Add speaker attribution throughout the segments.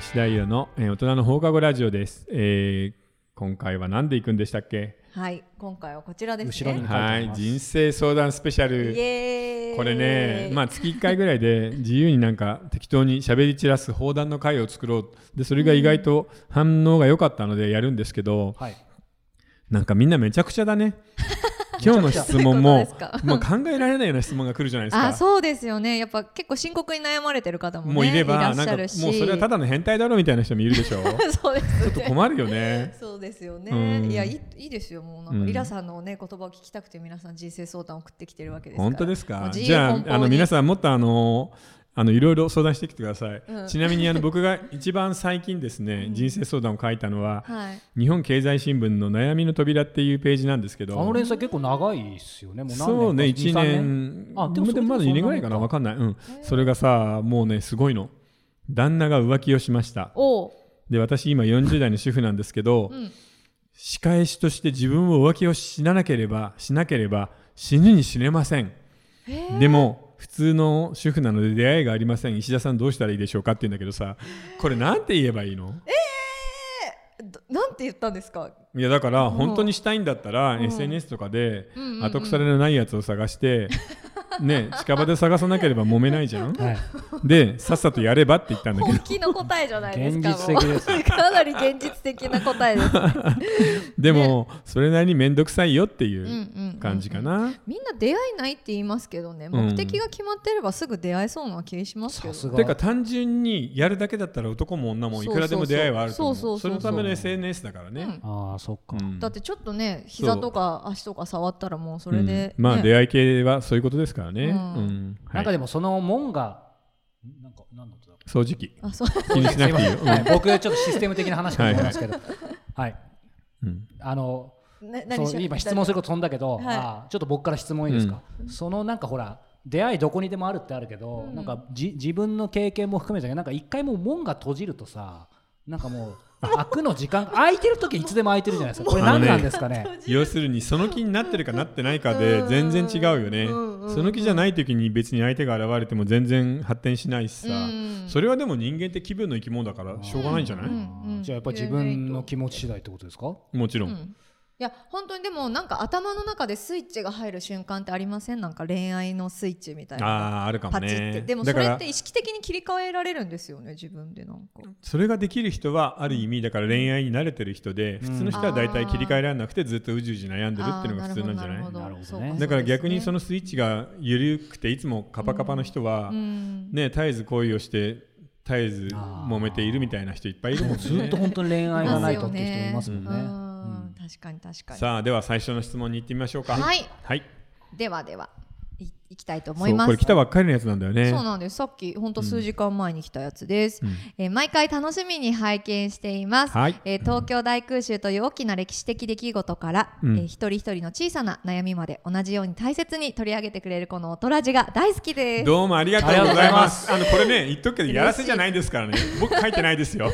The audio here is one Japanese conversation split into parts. Speaker 1: 西大洋の、えー大人の放課後ラジオです、えー今回は何で行くんでしたっけ
Speaker 2: はい、今回はこちらです
Speaker 3: 後ろに
Speaker 2: ね。
Speaker 1: はい人生相談スペシャ
Speaker 2: イ
Speaker 1: ル
Speaker 2: エーイ。
Speaker 1: これねまあ月1回ぐらいで自由になんか適当に喋り散らす放談の会を作ろうでそれが意外と反応が良かったのでやるんですけど
Speaker 3: はい。
Speaker 1: なんかみんなめちゃくちゃだ ね今日の質問
Speaker 2: どうい
Speaker 1: も
Speaker 2: うことですか
Speaker 1: もう考えられないような質問が来るじゃないですか
Speaker 2: あ、そうですよね。やっぱ結構深刻に悩まれてる方もね、
Speaker 1: もういれば
Speaker 2: らっ
Speaker 1: なんか
Speaker 2: しゃ
Speaker 1: もう
Speaker 2: るし、
Speaker 1: それはただの変態だろみたいな人もいるでし ょ
Speaker 2: そうです、ね。ちょっ
Speaker 1: 困るよね
Speaker 2: そうですよ
Speaker 1: うん
Speaker 2: ね。いや、いいいいですよ。もうなん
Speaker 1: う
Speaker 2: か
Speaker 1: ん
Speaker 2: イラさんのね言葉を聞きたくて皆さん人生相談を送ってきてるわけですから。
Speaker 1: 本当ですか
Speaker 2: じ
Speaker 1: じ
Speaker 2: ゃ
Speaker 1: ゃああの皆
Speaker 2: ん。
Speaker 1: さんもっとあのあのいろいろ相談してきてください、
Speaker 2: うん
Speaker 1: ちなみにあの僕が一番最近ですね、人生相談を書いたのは、
Speaker 2: はい。
Speaker 1: 日本経済新聞の悩みの扉っていうページなんですけ
Speaker 3: あ
Speaker 1: ど
Speaker 3: の連載結構長いですよね。もう何年か
Speaker 1: そうね
Speaker 3: 2
Speaker 1: 1。
Speaker 3: 3
Speaker 1: 年
Speaker 3: あでもそれ
Speaker 1: でもまだ2年ぐらいかな
Speaker 3: そんなも
Speaker 1: 分
Speaker 3: んか
Speaker 1: かんない、うん、それがさもうねすごいの旦那が浮気をしました
Speaker 2: おう、
Speaker 1: で私今40代の主婦なんですけど、
Speaker 2: うん。
Speaker 1: 仕返しとして自分を浮気をしなければしなければ死ぬに死ねません
Speaker 2: えー
Speaker 1: でも普通の主婦なので出会いがありません石田さんどうしたらいいでしょうかって言うんだけどさこれなんて言えばいいの
Speaker 2: どなんて言ったんですか。
Speaker 1: いやだから
Speaker 2: ん
Speaker 1: 本当にしたいんだったら
Speaker 2: うん
Speaker 1: SNS とかで
Speaker 2: うんうんうん
Speaker 1: 後腐れのないやつを探 してね近場で探さなければ揉めないじゃん
Speaker 3: はい。
Speaker 1: でさっさとやればって言ったんだけど
Speaker 2: 本気の答えじゃないですか。
Speaker 3: 現実的です
Speaker 2: もう かなり現実的な答えです。
Speaker 1: でもそれなりに面倒くさいよって
Speaker 2: うんう
Speaker 1: いうん
Speaker 2: うん。
Speaker 1: 感じか。な
Speaker 2: みんな出会いないって言いますけどね
Speaker 1: うん
Speaker 2: 目的が決まってればすぐ出会えそうな気がしますけど、
Speaker 3: さすが。
Speaker 1: てか単純にやるだけだったら男も女もいくらでも出会いはあると思う
Speaker 2: そうそうそうそう
Speaker 1: れのための SNS だからね、
Speaker 3: ああ、そっか。
Speaker 1: うん
Speaker 2: だってちょっとね膝とか足とか触ったらもうそれで、ね
Speaker 1: うんまあ出会い系はそういうことですからね、う
Speaker 2: うんん
Speaker 1: はい
Speaker 3: なんかでもその門が、んなんか何の音だ
Speaker 1: 掃除機
Speaker 2: あそう
Speaker 1: 気にしなくて いいよ、
Speaker 3: はい僕ちょっとシステム的な話かと思うんですけど。はい。
Speaker 1: うん
Speaker 3: あの、
Speaker 2: な何
Speaker 3: そう
Speaker 2: し
Speaker 3: 今質問すること飛んだけど、
Speaker 2: はい
Speaker 3: あーちょっと僕から質問いいですか。そのなんかほら、出会いどこにでもあるってあるけど、
Speaker 2: うん
Speaker 3: なんかじ自分の経験も含めてだけどなんか一回もう門が閉じるとさ、なんかもう、開くの時間、空いてる時いつでも空いてるじゃないですか。これ何なんですかね。
Speaker 1: 要するにその気になってるかなってないかで全然違うよね、
Speaker 2: うんうん
Speaker 1: その気じゃない時に別に相手が現れても全然発展しないしさ、
Speaker 2: うん
Speaker 1: それはでも人間って気分の生き物だからしょうがないんじゃない、
Speaker 2: うんうん
Speaker 3: じゃあやっぱり自分の気持ち次第ってことですか
Speaker 1: もちろん、
Speaker 2: うんいや本当にでもなんか頭の中でスイッチが入る瞬間ってありませんなんか恋愛のスイッチみたいな
Speaker 1: あああるかも
Speaker 2: パチって
Speaker 1: ね
Speaker 2: でも
Speaker 1: だ
Speaker 2: そ
Speaker 1: か
Speaker 2: れ
Speaker 1: ら
Speaker 2: って意識的に切り替えられるんですよね自分でなんか
Speaker 1: それができる人はある意味だから恋愛に慣れてる人で、普通の人は大体切り替えられなくてずっとうじうじ悩んでるっていうのが普通なんじゃない
Speaker 2: あー
Speaker 3: なる
Speaker 2: そ
Speaker 3: ほどね
Speaker 2: うかそうですね
Speaker 1: だから逆にそのスイッチが緩くていつもカパカパの人は、
Speaker 2: うん
Speaker 1: ね絶えず恋をして絶えず揉めているみたいな人いっぱいい るもんね
Speaker 3: ずっと本当に恋愛がないとっていう人もいますもん
Speaker 2: う
Speaker 3: ね。
Speaker 2: ん確かに確かに
Speaker 1: さあでは最初の質問に行ってみましょうか
Speaker 2: はい
Speaker 1: はい
Speaker 2: ではではいいきたいと思
Speaker 1: そ
Speaker 2: いうます
Speaker 1: これ来たばっかりのやつなんだよね
Speaker 2: そうなんですさっき本当数時間前に来たやつです、
Speaker 1: ん
Speaker 2: えー毎回楽しみに拝見しています、
Speaker 1: はい
Speaker 2: えー東京大空襲という大きな歴史的出来事から、
Speaker 1: うん
Speaker 2: えー一人一人の小さな悩みまで同じように大切に取り上げてくれるこの音ラジが大好きです
Speaker 1: どうもありがとうございますあのこれね言っとくけどやらせじゃないですからね僕書いてないです よ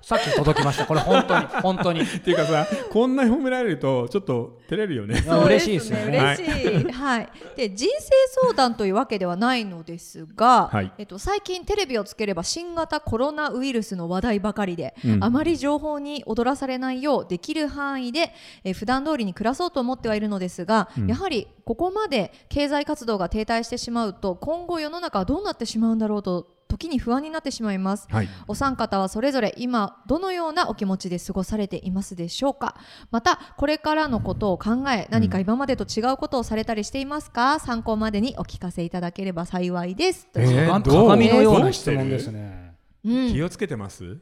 Speaker 3: さっき届きました。これ本当に、本当に。い
Speaker 1: っていうかさこんなに褒められるとちょっと照れるよね
Speaker 3: や嬉しいですよね。
Speaker 2: 嬉しい、はい、で人生相談というわけではないのですが、
Speaker 1: はい
Speaker 2: えっと、最近テレビをつければ新型コロナウイルスの話題ばかりで、
Speaker 1: うん
Speaker 2: あまり情報に踊らされないようできる範囲で、えー普段通りに暮らそうと思ってはいるのですが、やはりここまで経済活動が停滞してしまうと今後世の中はどうなってしまうんだろうと時に不安になってしまいます。
Speaker 1: はい
Speaker 2: お三方はそれぞれ今どのようなお気持ちで過ごされていますでしょうかまたこれからのことを考え何か今までと違うことをされたりしていますか、参考までにお聞かせいただければ幸いです、
Speaker 1: えー
Speaker 3: 鏡
Speaker 1: どう
Speaker 3: 鏡のような質問ですね。
Speaker 2: うん
Speaker 1: 気をつけてます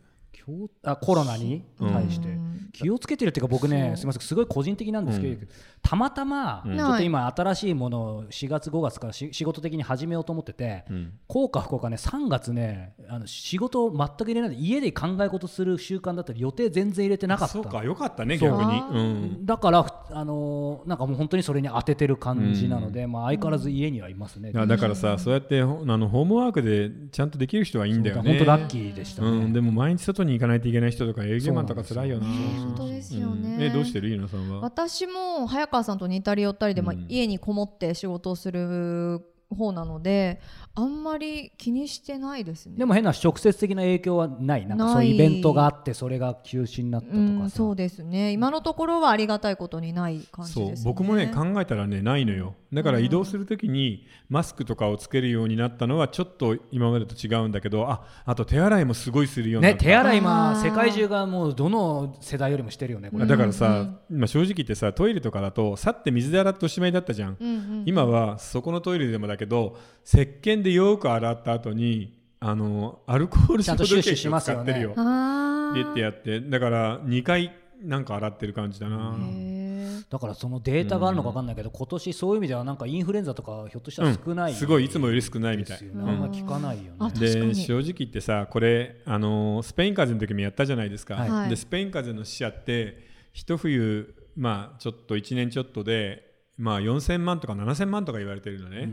Speaker 3: 今日あコロナに対して気をつけてるっていうか僕ねすみませんすごい個人的なんですけど、たまたま
Speaker 2: ん
Speaker 3: ちょっと今新しいものを4月5月からし仕事的に始めようと思ってて、
Speaker 1: ん
Speaker 3: 効果不効果ね3月ねあの仕事を全く入れないで家で考え事する習慣だったり予定全然入れてなかった
Speaker 1: そうかよかったね
Speaker 3: そう
Speaker 1: 逆に
Speaker 2: あ
Speaker 1: うん
Speaker 3: だから、ふあのーなんかもう本当にそれに当ててる感じなので、まあ、相変わらず家にはいますね。
Speaker 1: いやだからさ、そうやってほあのホームワークでちゃんとできる人はいいんだよね。
Speaker 3: 本当ラッキーでしたね。
Speaker 1: うん、でも毎日外に行かないといけない人とか営業マンとか辛いよな。
Speaker 2: そうなんですよね本当ですよね
Speaker 1: うんえどうしてるゆなさんは。
Speaker 2: 私も早川さんと似たり寄ったりで、まあ
Speaker 1: うん
Speaker 2: 家にこもって仕事をする方なのであんまり気にしてないですね。
Speaker 3: でも変な直接的な影響はないなんかそういうイベントがあってそれが休止になったと
Speaker 2: う
Speaker 3: かさ
Speaker 2: ん、そうですね今のところはありがたいことにない感じ
Speaker 1: そう
Speaker 2: ですね。
Speaker 1: 僕もね考えたらねないのよだから移動するときにマスクとかをつけるようになったのはちょっと今までと違うんだけどああと手洗いもすごいするようにな
Speaker 3: ね、
Speaker 1: った、
Speaker 3: 手洗い今
Speaker 2: あー
Speaker 3: 世界中がもうどの世代よりもしてるよねこれ、
Speaker 1: だからさ、
Speaker 2: うん
Speaker 1: まあ正直言ってさトイレとかだとさって水で洗っておしまいだったじゃん、
Speaker 2: うんうん、
Speaker 1: 今はそこのトイレでもだけど石鹸でよく洗った後にあのアルコール
Speaker 3: ちゃ
Speaker 1: 消
Speaker 3: んと
Speaker 1: 毒
Speaker 3: シュッシュ
Speaker 1: 液
Speaker 3: し
Speaker 1: を
Speaker 3: ます
Speaker 1: 使
Speaker 3: よ
Speaker 1: って
Speaker 3: ね
Speaker 1: るよ
Speaker 2: あ
Speaker 1: ピ
Speaker 2: ー
Speaker 1: ッてやってだから2回なんか洗ってる感じだな、
Speaker 2: へー
Speaker 3: だからそのデータがあるのか分かんないけど、今年そういう意味ではなんかインフルエンザとかひょっとした
Speaker 1: う
Speaker 3: ら
Speaker 1: ん
Speaker 3: 少ない、
Speaker 1: すごいいつもより少ないみたい
Speaker 3: ですよ
Speaker 2: うん
Speaker 3: ねあんま聞かないよね、
Speaker 2: あ確か
Speaker 1: で
Speaker 2: に
Speaker 1: 正直言ってさこれ、あのースペイン風邪の時もやったじゃないですか、
Speaker 2: はい
Speaker 1: でスペイン風邪の死者って一冬まあちょっと1年ちょっとで、まあ、4000万とか7000万とか言われてるのね、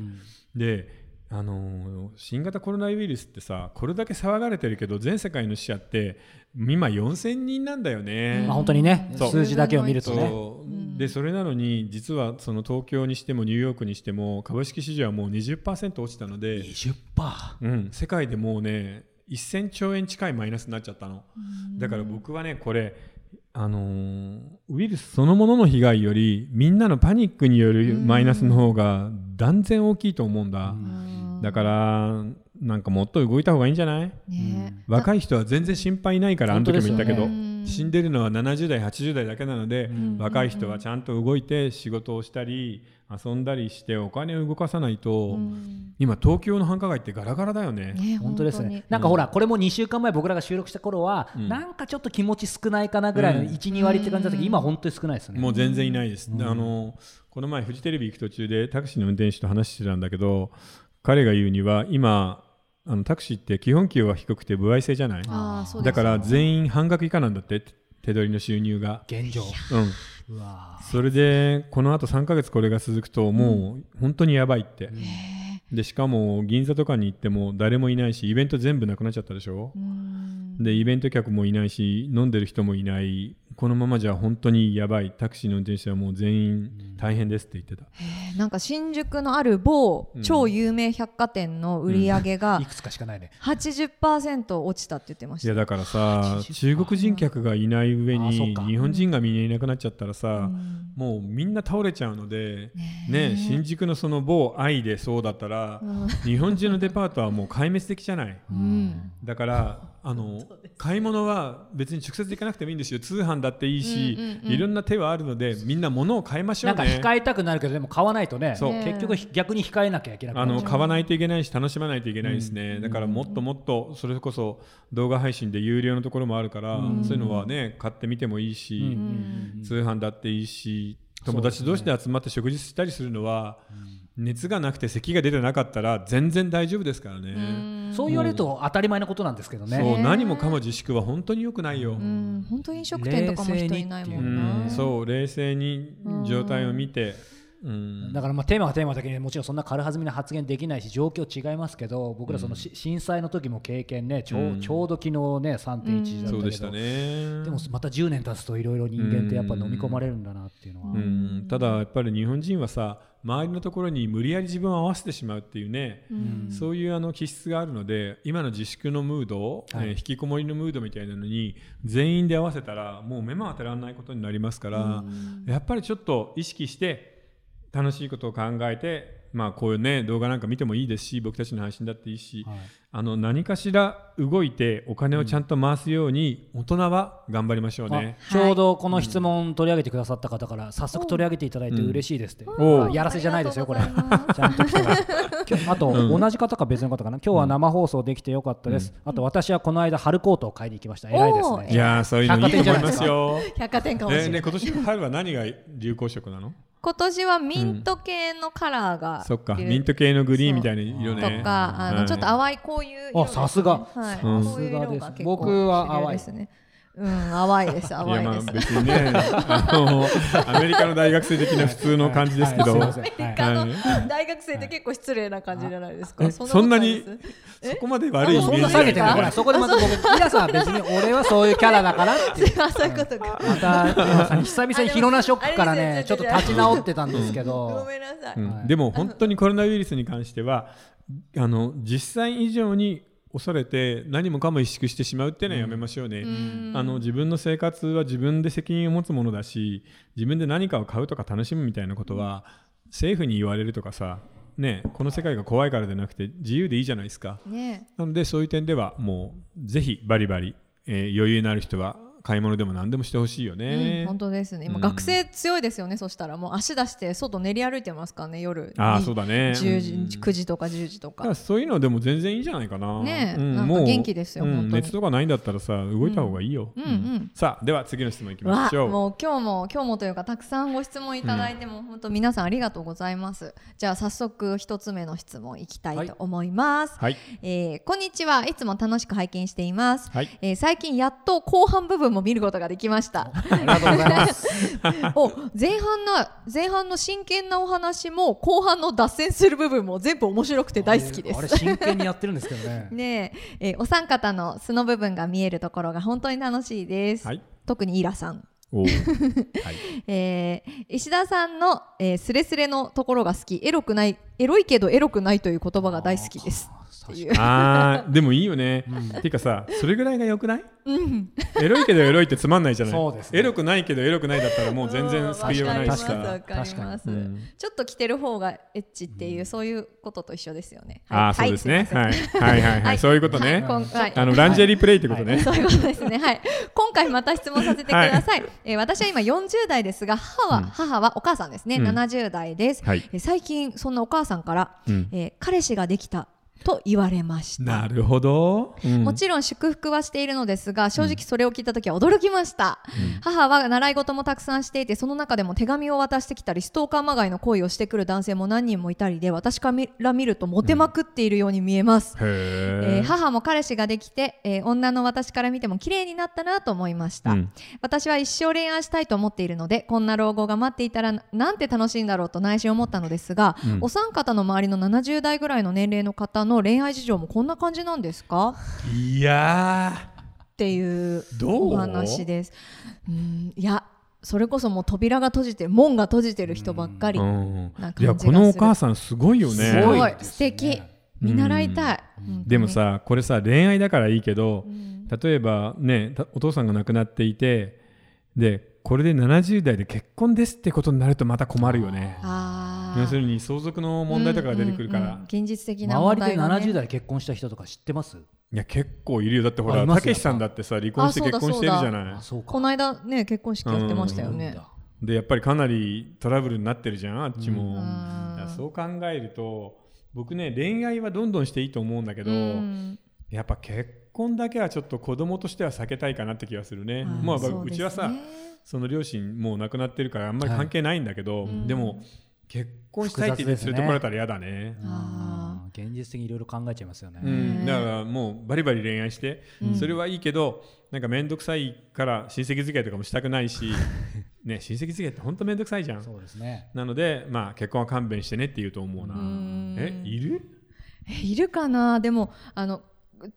Speaker 1: で、あのー新型コロナウイルスってさこれだけ騒がれてるけど全世界の死者って今4000人なんだよね。
Speaker 3: まあ本当にね
Speaker 1: そう
Speaker 3: 数字だけを見るとね
Speaker 1: そう
Speaker 2: うん
Speaker 1: でそれなのに実はその東京にしてもニューヨークにしても株式市場はもう20%落ちたので、
Speaker 3: 20%
Speaker 1: うん、世界でもうね1000兆円近いマイナスになっちゃったのだから僕はねこれあのーウイルスそのものの被害よりみんなのパニックによるマイナスの方が断然大きいと思うんだ、
Speaker 2: うん
Speaker 1: だからなんかもっと動いた方がいいんじゃない
Speaker 2: ね
Speaker 1: 若い人は全然心配ないからあの時も言ったけど、
Speaker 2: 本当ですよねうん
Speaker 1: 死んでるのは70代80代だけなので、
Speaker 3: ん
Speaker 1: 若い人はちゃんと動いて仕事をしたり遊んだりしてお金を動かさないと、
Speaker 2: うん
Speaker 1: 今東京の繁華街ってガラガラだよね。
Speaker 2: ね
Speaker 3: 本当です
Speaker 2: に
Speaker 3: ねなんかほらこれも2週間前僕らが収録した頃は、
Speaker 1: うん
Speaker 3: なんかちょっと気持ち少ないかなぐらいの
Speaker 1: うん
Speaker 3: 12、2割って感じだったけど今本当に少ないですね
Speaker 1: もう全然いないです、あのこの前フジテレビ行く途中でタクシーの運転手と話してたんだけど彼が言うには今あのタクシーって基本給は低くて歩合制じゃない
Speaker 2: あーそうで
Speaker 1: だ
Speaker 2: す
Speaker 1: から全員半額以下なんだって手取りの収入が、
Speaker 3: 現状
Speaker 1: うん、
Speaker 3: うわー
Speaker 1: それでこのあと3ヶ月これが続くともう本当にやばいって、でしかも銀座とかに行っても誰もいないしイベント全部なくなっちゃったでしょ、
Speaker 2: うん
Speaker 1: でイベント客もいないし飲んでる人もいないこのままじゃ本当にやばいタクシーの運転手はもう全員大変ですって言ってた、
Speaker 2: へーなんか新宿のある某超有名百貨店の売り上げが
Speaker 3: いくつかしかないね
Speaker 2: 80%落ちたって言ってまし
Speaker 1: いや
Speaker 2: た。
Speaker 1: だからさ
Speaker 3: 80%
Speaker 1: 中国人客がいない上
Speaker 3: あそっ
Speaker 1: に
Speaker 3: か
Speaker 1: 日本人がみんないなくなっちゃったら
Speaker 2: う
Speaker 1: さ、
Speaker 2: ん
Speaker 1: もうみんな倒れちゃうので、ね、新宿のその某愛でそうだったら、
Speaker 2: うん
Speaker 1: 日本中のデパートはもう壊滅的じゃない。
Speaker 2: うん
Speaker 1: だからあの買い物は別に直接行かなくてもいいんですよ通販だっていいし、
Speaker 2: うんうんうん
Speaker 1: いろんな手はあるのでみんな物を買いましょ
Speaker 3: な
Speaker 1: うん
Speaker 3: か
Speaker 1: ね
Speaker 3: 控えたくなるけどでも買わないとね
Speaker 1: そう
Speaker 2: ね
Speaker 3: 結局ひ逆に控えなきゃいけなくな
Speaker 1: あ
Speaker 3: っちゃう
Speaker 1: の買わないといけないし楽しまないといけないですね、だからもっともっとそれこそ動画配信で有料のところもあるから、そういうのはね買ってみてもいいし、通販だっていいし友達同士で集まって食事したりするのは、熱がなくて咳が出てなかったら全然大丈夫ですからね。
Speaker 3: そう言われると当たり前のことなんですけどね。
Speaker 1: そう何もかも自粛は本当に良くないよ。
Speaker 2: うん本当飲食店とかも人いないも
Speaker 1: うん
Speaker 2: な。
Speaker 1: ん、そう冷静に状態を見て、うん
Speaker 3: だからまあテーマがテーマだけにもちろんそんな軽はずみな発言できないし状況違いますけど僕らそのし、震災の時も経験ねちょ,、う
Speaker 1: うん
Speaker 3: ちょうど昨日ね3.1だったけど、
Speaker 1: そうでしたね
Speaker 3: でもまた10年経つといろいろ人間ってやっぱ飲み込まれるんだなっていうのは、
Speaker 1: うん、ただやっぱり日本人はさ周りのところに無理やり自分を合わせてしまうっていうね、そういうあの気質があるので今の自粛のムードを、
Speaker 3: は
Speaker 1: えー
Speaker 3: い
Speaker 1: 引きこもりのムードみたいなのに全員で合わせたらもう目も当てられないことになりますから、やっぱりちょっと意識して楽しいことを考えて、まあ、こういうね動画なんか見てもいいですし僕たちの配信だっていいし、
Speaker 3: はい
Speaker 1: あの何かしら動いてお金をちゃんと回すように大人は頑張りましょうね。
Speaker 3: あちょうどこの質問取り上げてくださった方から早速取り上げていただいて嬉しいですって、
Speaker 1: おう
Speaker 3: やらせじゃないですよこれ
Speaker 2: ありがとうございます
Speaker 3: ちゃんと来てます今日あと、同じ方か別の方かな今日は生放送できてよかったです、あと私はこの間春コートを買いに行きました偉いです
Speaker 2: おー
Speaker 3: ね
Speaker 1: いやーそういうのいいと思いますよ。
Speaker 2: 百貨店かもしれな
Speaker 1: ね
Speaker 2: い。
Speaker 1: ね今年の春は何が流行色なの
Speaker 2: 今年はミント系のカラーが、
Speaker 1: そっかミント系のグリーンみたいな色ね。
Speaker 2: とか、あの、
Speaker 1: はい
Speaker 2: ちょっと淡いこういう色ですね、
Speaker 3: あさすが
Speaker 2: はい、
Speaker 1: うん
Speaker 2: こういう色が結構
Speaker 3: 僕は淡い
Speaker 2: 主流ですね。うん、淡いです、
Speaker 1: いや
Speaker 2: 淡い
Speaker 1: ま
Speaker 2: で
Speaker 1: あ
Speaker 2: す。
Speaker 1: 別にね あのアメリカの大学生的な普通の感じですけど、
Speaker 3: はいはいすいません
Speaker 2: アメリカの大学生って結構失礼な感じじゃないです
Speaker 1: え
Speaker 2: か。
Speaker 1: そんなに
Speaker 2: ことい です
Speaker 1: そこまで悪いイ
Speaker 2: あ
Speaker 1: メ
Speaker 3: そ
Speaker 1: ー
Speaker 3: ん
Speaker 1: ジ
Speaker 3: な
Speaker 1: が
Speaker 3: 下げてないほ
Speaker 1: な
Speaker 3: ら
Speaker 1: い
Speaker 3: そこでまた僕皆さんは別に俺はそういうキャラだからって
Speaker 2: すいません、そういうことか。
Speaker 3: また皆さん久々にヒロナショックから
Speaker 2: あれ
Speaker 3: ね
Speaker 2: です
Speaker 3: ちょ
Speaker 2: よ
Speaker 3: っと立ち直ってたんですけ
Speaker 2: ご
Speaker 3: ど
Speaker 2: めんなさい。
Speaker 1: うんでも本当にコロナウイルスに関してはあの実際以上に恐れて何もかも萎縮してしまうっていうのはやめましょうね、
Speaker 2: うん
Speaker 1: あの自分の生活は自分で責任を持つものだし自分で何かを買うとか楽しむみたいなことは政府に言われるとかさ、ね、この世界が怖いからじゃなくて自由でいいじゃないですか。
Speaker 2: ね
Speaker 1: なのでそういう点ではもうぜひバリバリ、えー余裕のある人は買い物でも何でもしてほしいよ
Speaker 2: え、
Speaker 1: ね。
Speaker 2: うん本当ですね。今、
Speaker 1: うん
Speaker 2: 学生強いですよね。そしたらもう足出して外練り歩いてますからね。夜。
Speaker 1: ああそうだね。
Speaker 2: 10時、
Speaker 1: うん
Speaker 2: 9時とか10時と
Speaker 1: だから
Speaker 2: か。
Speaker 1: そういうのでも全然いいんじゃないかな。
Speaker 2: ねえ
Speaker 1: うん
Speaker 2: なんか
Speaker 1: もう
Speaker 2: 元気ですよ
Speaker 1: うん
Speaker 2: 本当に
Speaker 1: 熱とかないんだったらさ動いた方がいいよ。
Speaker 2: うんうん
Speaker 1: さあでは次の質問いきま
Speaker 2: わ
Speaker 1: しょう。
Speaker 2: もう今日も今日もというかたくさんご質問いただいても、本当皆さんありがとうございますじゃあ早速一つ目の質問いきたいと思います、
Speaker 1: はい
Speaker 2: えーこんにちはいつも楽しく拝見しています、
Speaker 1: はい
Speaker 2: えー最近やっと後半部分も見ることができま した
Speaker 3: ありがとうございます
Speaker 2: お前半の前半の真剣なお話も後半の脱線する部分も全部面白くて大好きで
Speaker 3: あれ
Speaker 2: す
Speaker 3: 真剣にやってるんですけ どね
Speaker 2: ねええーお三方の素の部分が見えるところが本当に楽しいです、
Speaker 1: はい
Speaker 2: 特にイラさん
Speaker 1: おうはい
Speaker 2: えー石田さんの、えースレスレのところが好きエロくないエロいけどエロくないという言葉が大好きですっていう
Speaker 1: あーで もいいよね。ていうかさそれぐらいが良くない？エロいけどエロいってつまんないじゃない。
Speaker 3: そうですね
Speaker 1: エロくないけどエロくないだったらもう全然救いようがない し
Speaker 3: 確かに
Speaker 1: さ。
Speaker 2: わかりますわかります
Speaker 1: 確かにうん
Speaker 2: ちょっと着てる方がエッチっていう、そういうことと一緒ですよね
Speaker 1: ああー
Speaker 2: は
Speaker 1: そ
Speaker 2: いう
Speaker 1: ですね。
Speaker 2: はい
Speaker 1: はいはいはいはいそういうことね。
Speaker 2: 今回
Speaker 1: あのランジェリープレイってことね。
Speaker 2: そういうことですね。はい。今回また質問させてください。えー私は今40代ですが、母
Speaker 1: う
Speaker 2: は、
Speaker 1: ん
Speaker 2: 母はお母さんですね。
Speaker 1: うん
Speaker 2: 70代です、
Speaker 1: はい
Speaker 2: えー最近そんなお母さんから、
Speaker 1: うん
Speaker 2: えー彼氏ができたと言われました。
Speaker 1: なるほど。うん
Speaker 2: もちろん祝福はしているのですが正直それを聞いた時は驚きました、母は習い事もたくさんしていてその中でも手紙を渡してきたりストーカーまがいの行為をしてくる男性も何人もいたりで私から見るとモテまくっているように見えます、
Speaker 1: へ
Speaker 2: えー
Speaker 1: え。
Speaker 2: 母も彼氏ができて、えー女の私から見ても綺麗になったなと思いました、
Speaker 1: うん
Speaker 2: 私は一生恋愛したいと思っているのでこんな老後が待っていたらななんて楽しいんだろうと内心思ったのですが、
Speaker 1: うん
Speaker 2: お三方の周りの70代ぐらいの年齢の方の恋愛事情もこんな感じなんですか
Speaker 1: いや
Speaker 2: っていう
Speaker 1: どう
Speaker 2: お話です。うんいやそれこそもう扉が閉じてる門が閉じてる人ばっかり
Speaker 1: ー。うん
Speaker 2: な感じがす
Speaker 1: い
Speaker 2: る
Speaker 1: やこのお母さんすごいよね。
Speaker 2: すごい
Speaker 3: すごいですね
Speaker 2: 素敵見習いたい。本当に
Speaker 1: でも、さこれさ恋愛だからいいけど
Speaker 2: う、ん
Speaker 1: 例えばねたお父さんが亡くなっていてでこれで70代で結婚ですってことになるとまた困るよね
Speaker 2: あー
Speaker 1: 要するに相続の問題とかが出てくるから、
Speaker 2: うんうんうん現実的な
Speaker 3: 周
Speaker 2: 問
Speaker 3: り
Speaker 2: 題
Speaker 3: で
Speaker 2: がね
Speaker 3: 70代結婚した人とか知ってます
Speaker 1: いや結構いるよだってほ
Speaker 3: あ
Speaker 1: ら
Speaker 3: います
Speaker 1: た
Speaker 3: よ
Speaker 1: けしさんだってさ離婚して
Speaker 2: あそうだ
Speaker 1: 結婚してるじゃない
Speaker 3: あそうか
Speaker 2: この間ね結婚式やってましたよ
Speaker 3: いる
Speaker 2: ね
Speaker 3: ん。だ
Speaker 1: でやっぱりかなりトラブルになってるじゃんあっちも、
Speaker 3: うん
Speaker 1: だからそう考えると僕ね恋愛はどんどんしていいと思うんだけど、
Speaker 2: うん
Speaker 1: やっぱ結婚だけはちょっと子供としては避けたいかなって気がするね、
Speaker 2: あー
Speaker 1: もうやっぱ
Speaker 2: そう
Speaker 1: う
Speaker 2: ですね
Speaker 1: ちはさその両親もう亡くなってるからあんまり関係ないんだけど、
Speaker 2: い
Speaker 1: でも結婚したいって言って連れてこられたら嫌だね
Speaker 2: あ
Speaker 3: うん現実的にいろいろ考えちゃいますよね、
Speaker 1: う
Speaker 2: ね
Speaker 1: ん、だからもうバリバリ恋愛して、
Speaker 2: うん
Speaker 1: それはいいけどなんか面倒くさいから親戚付き合いとかもしたくないし、 ね、親戚付き合いって本当面倒くさいじゃん
Speaker 3: そうですね
Speaker 1: なので、まあ、結婚は勘弁してねって言うと思うな、
Speaker 2: うん
Speaker 1: えいる
Speaker 2: えいるかなでもあの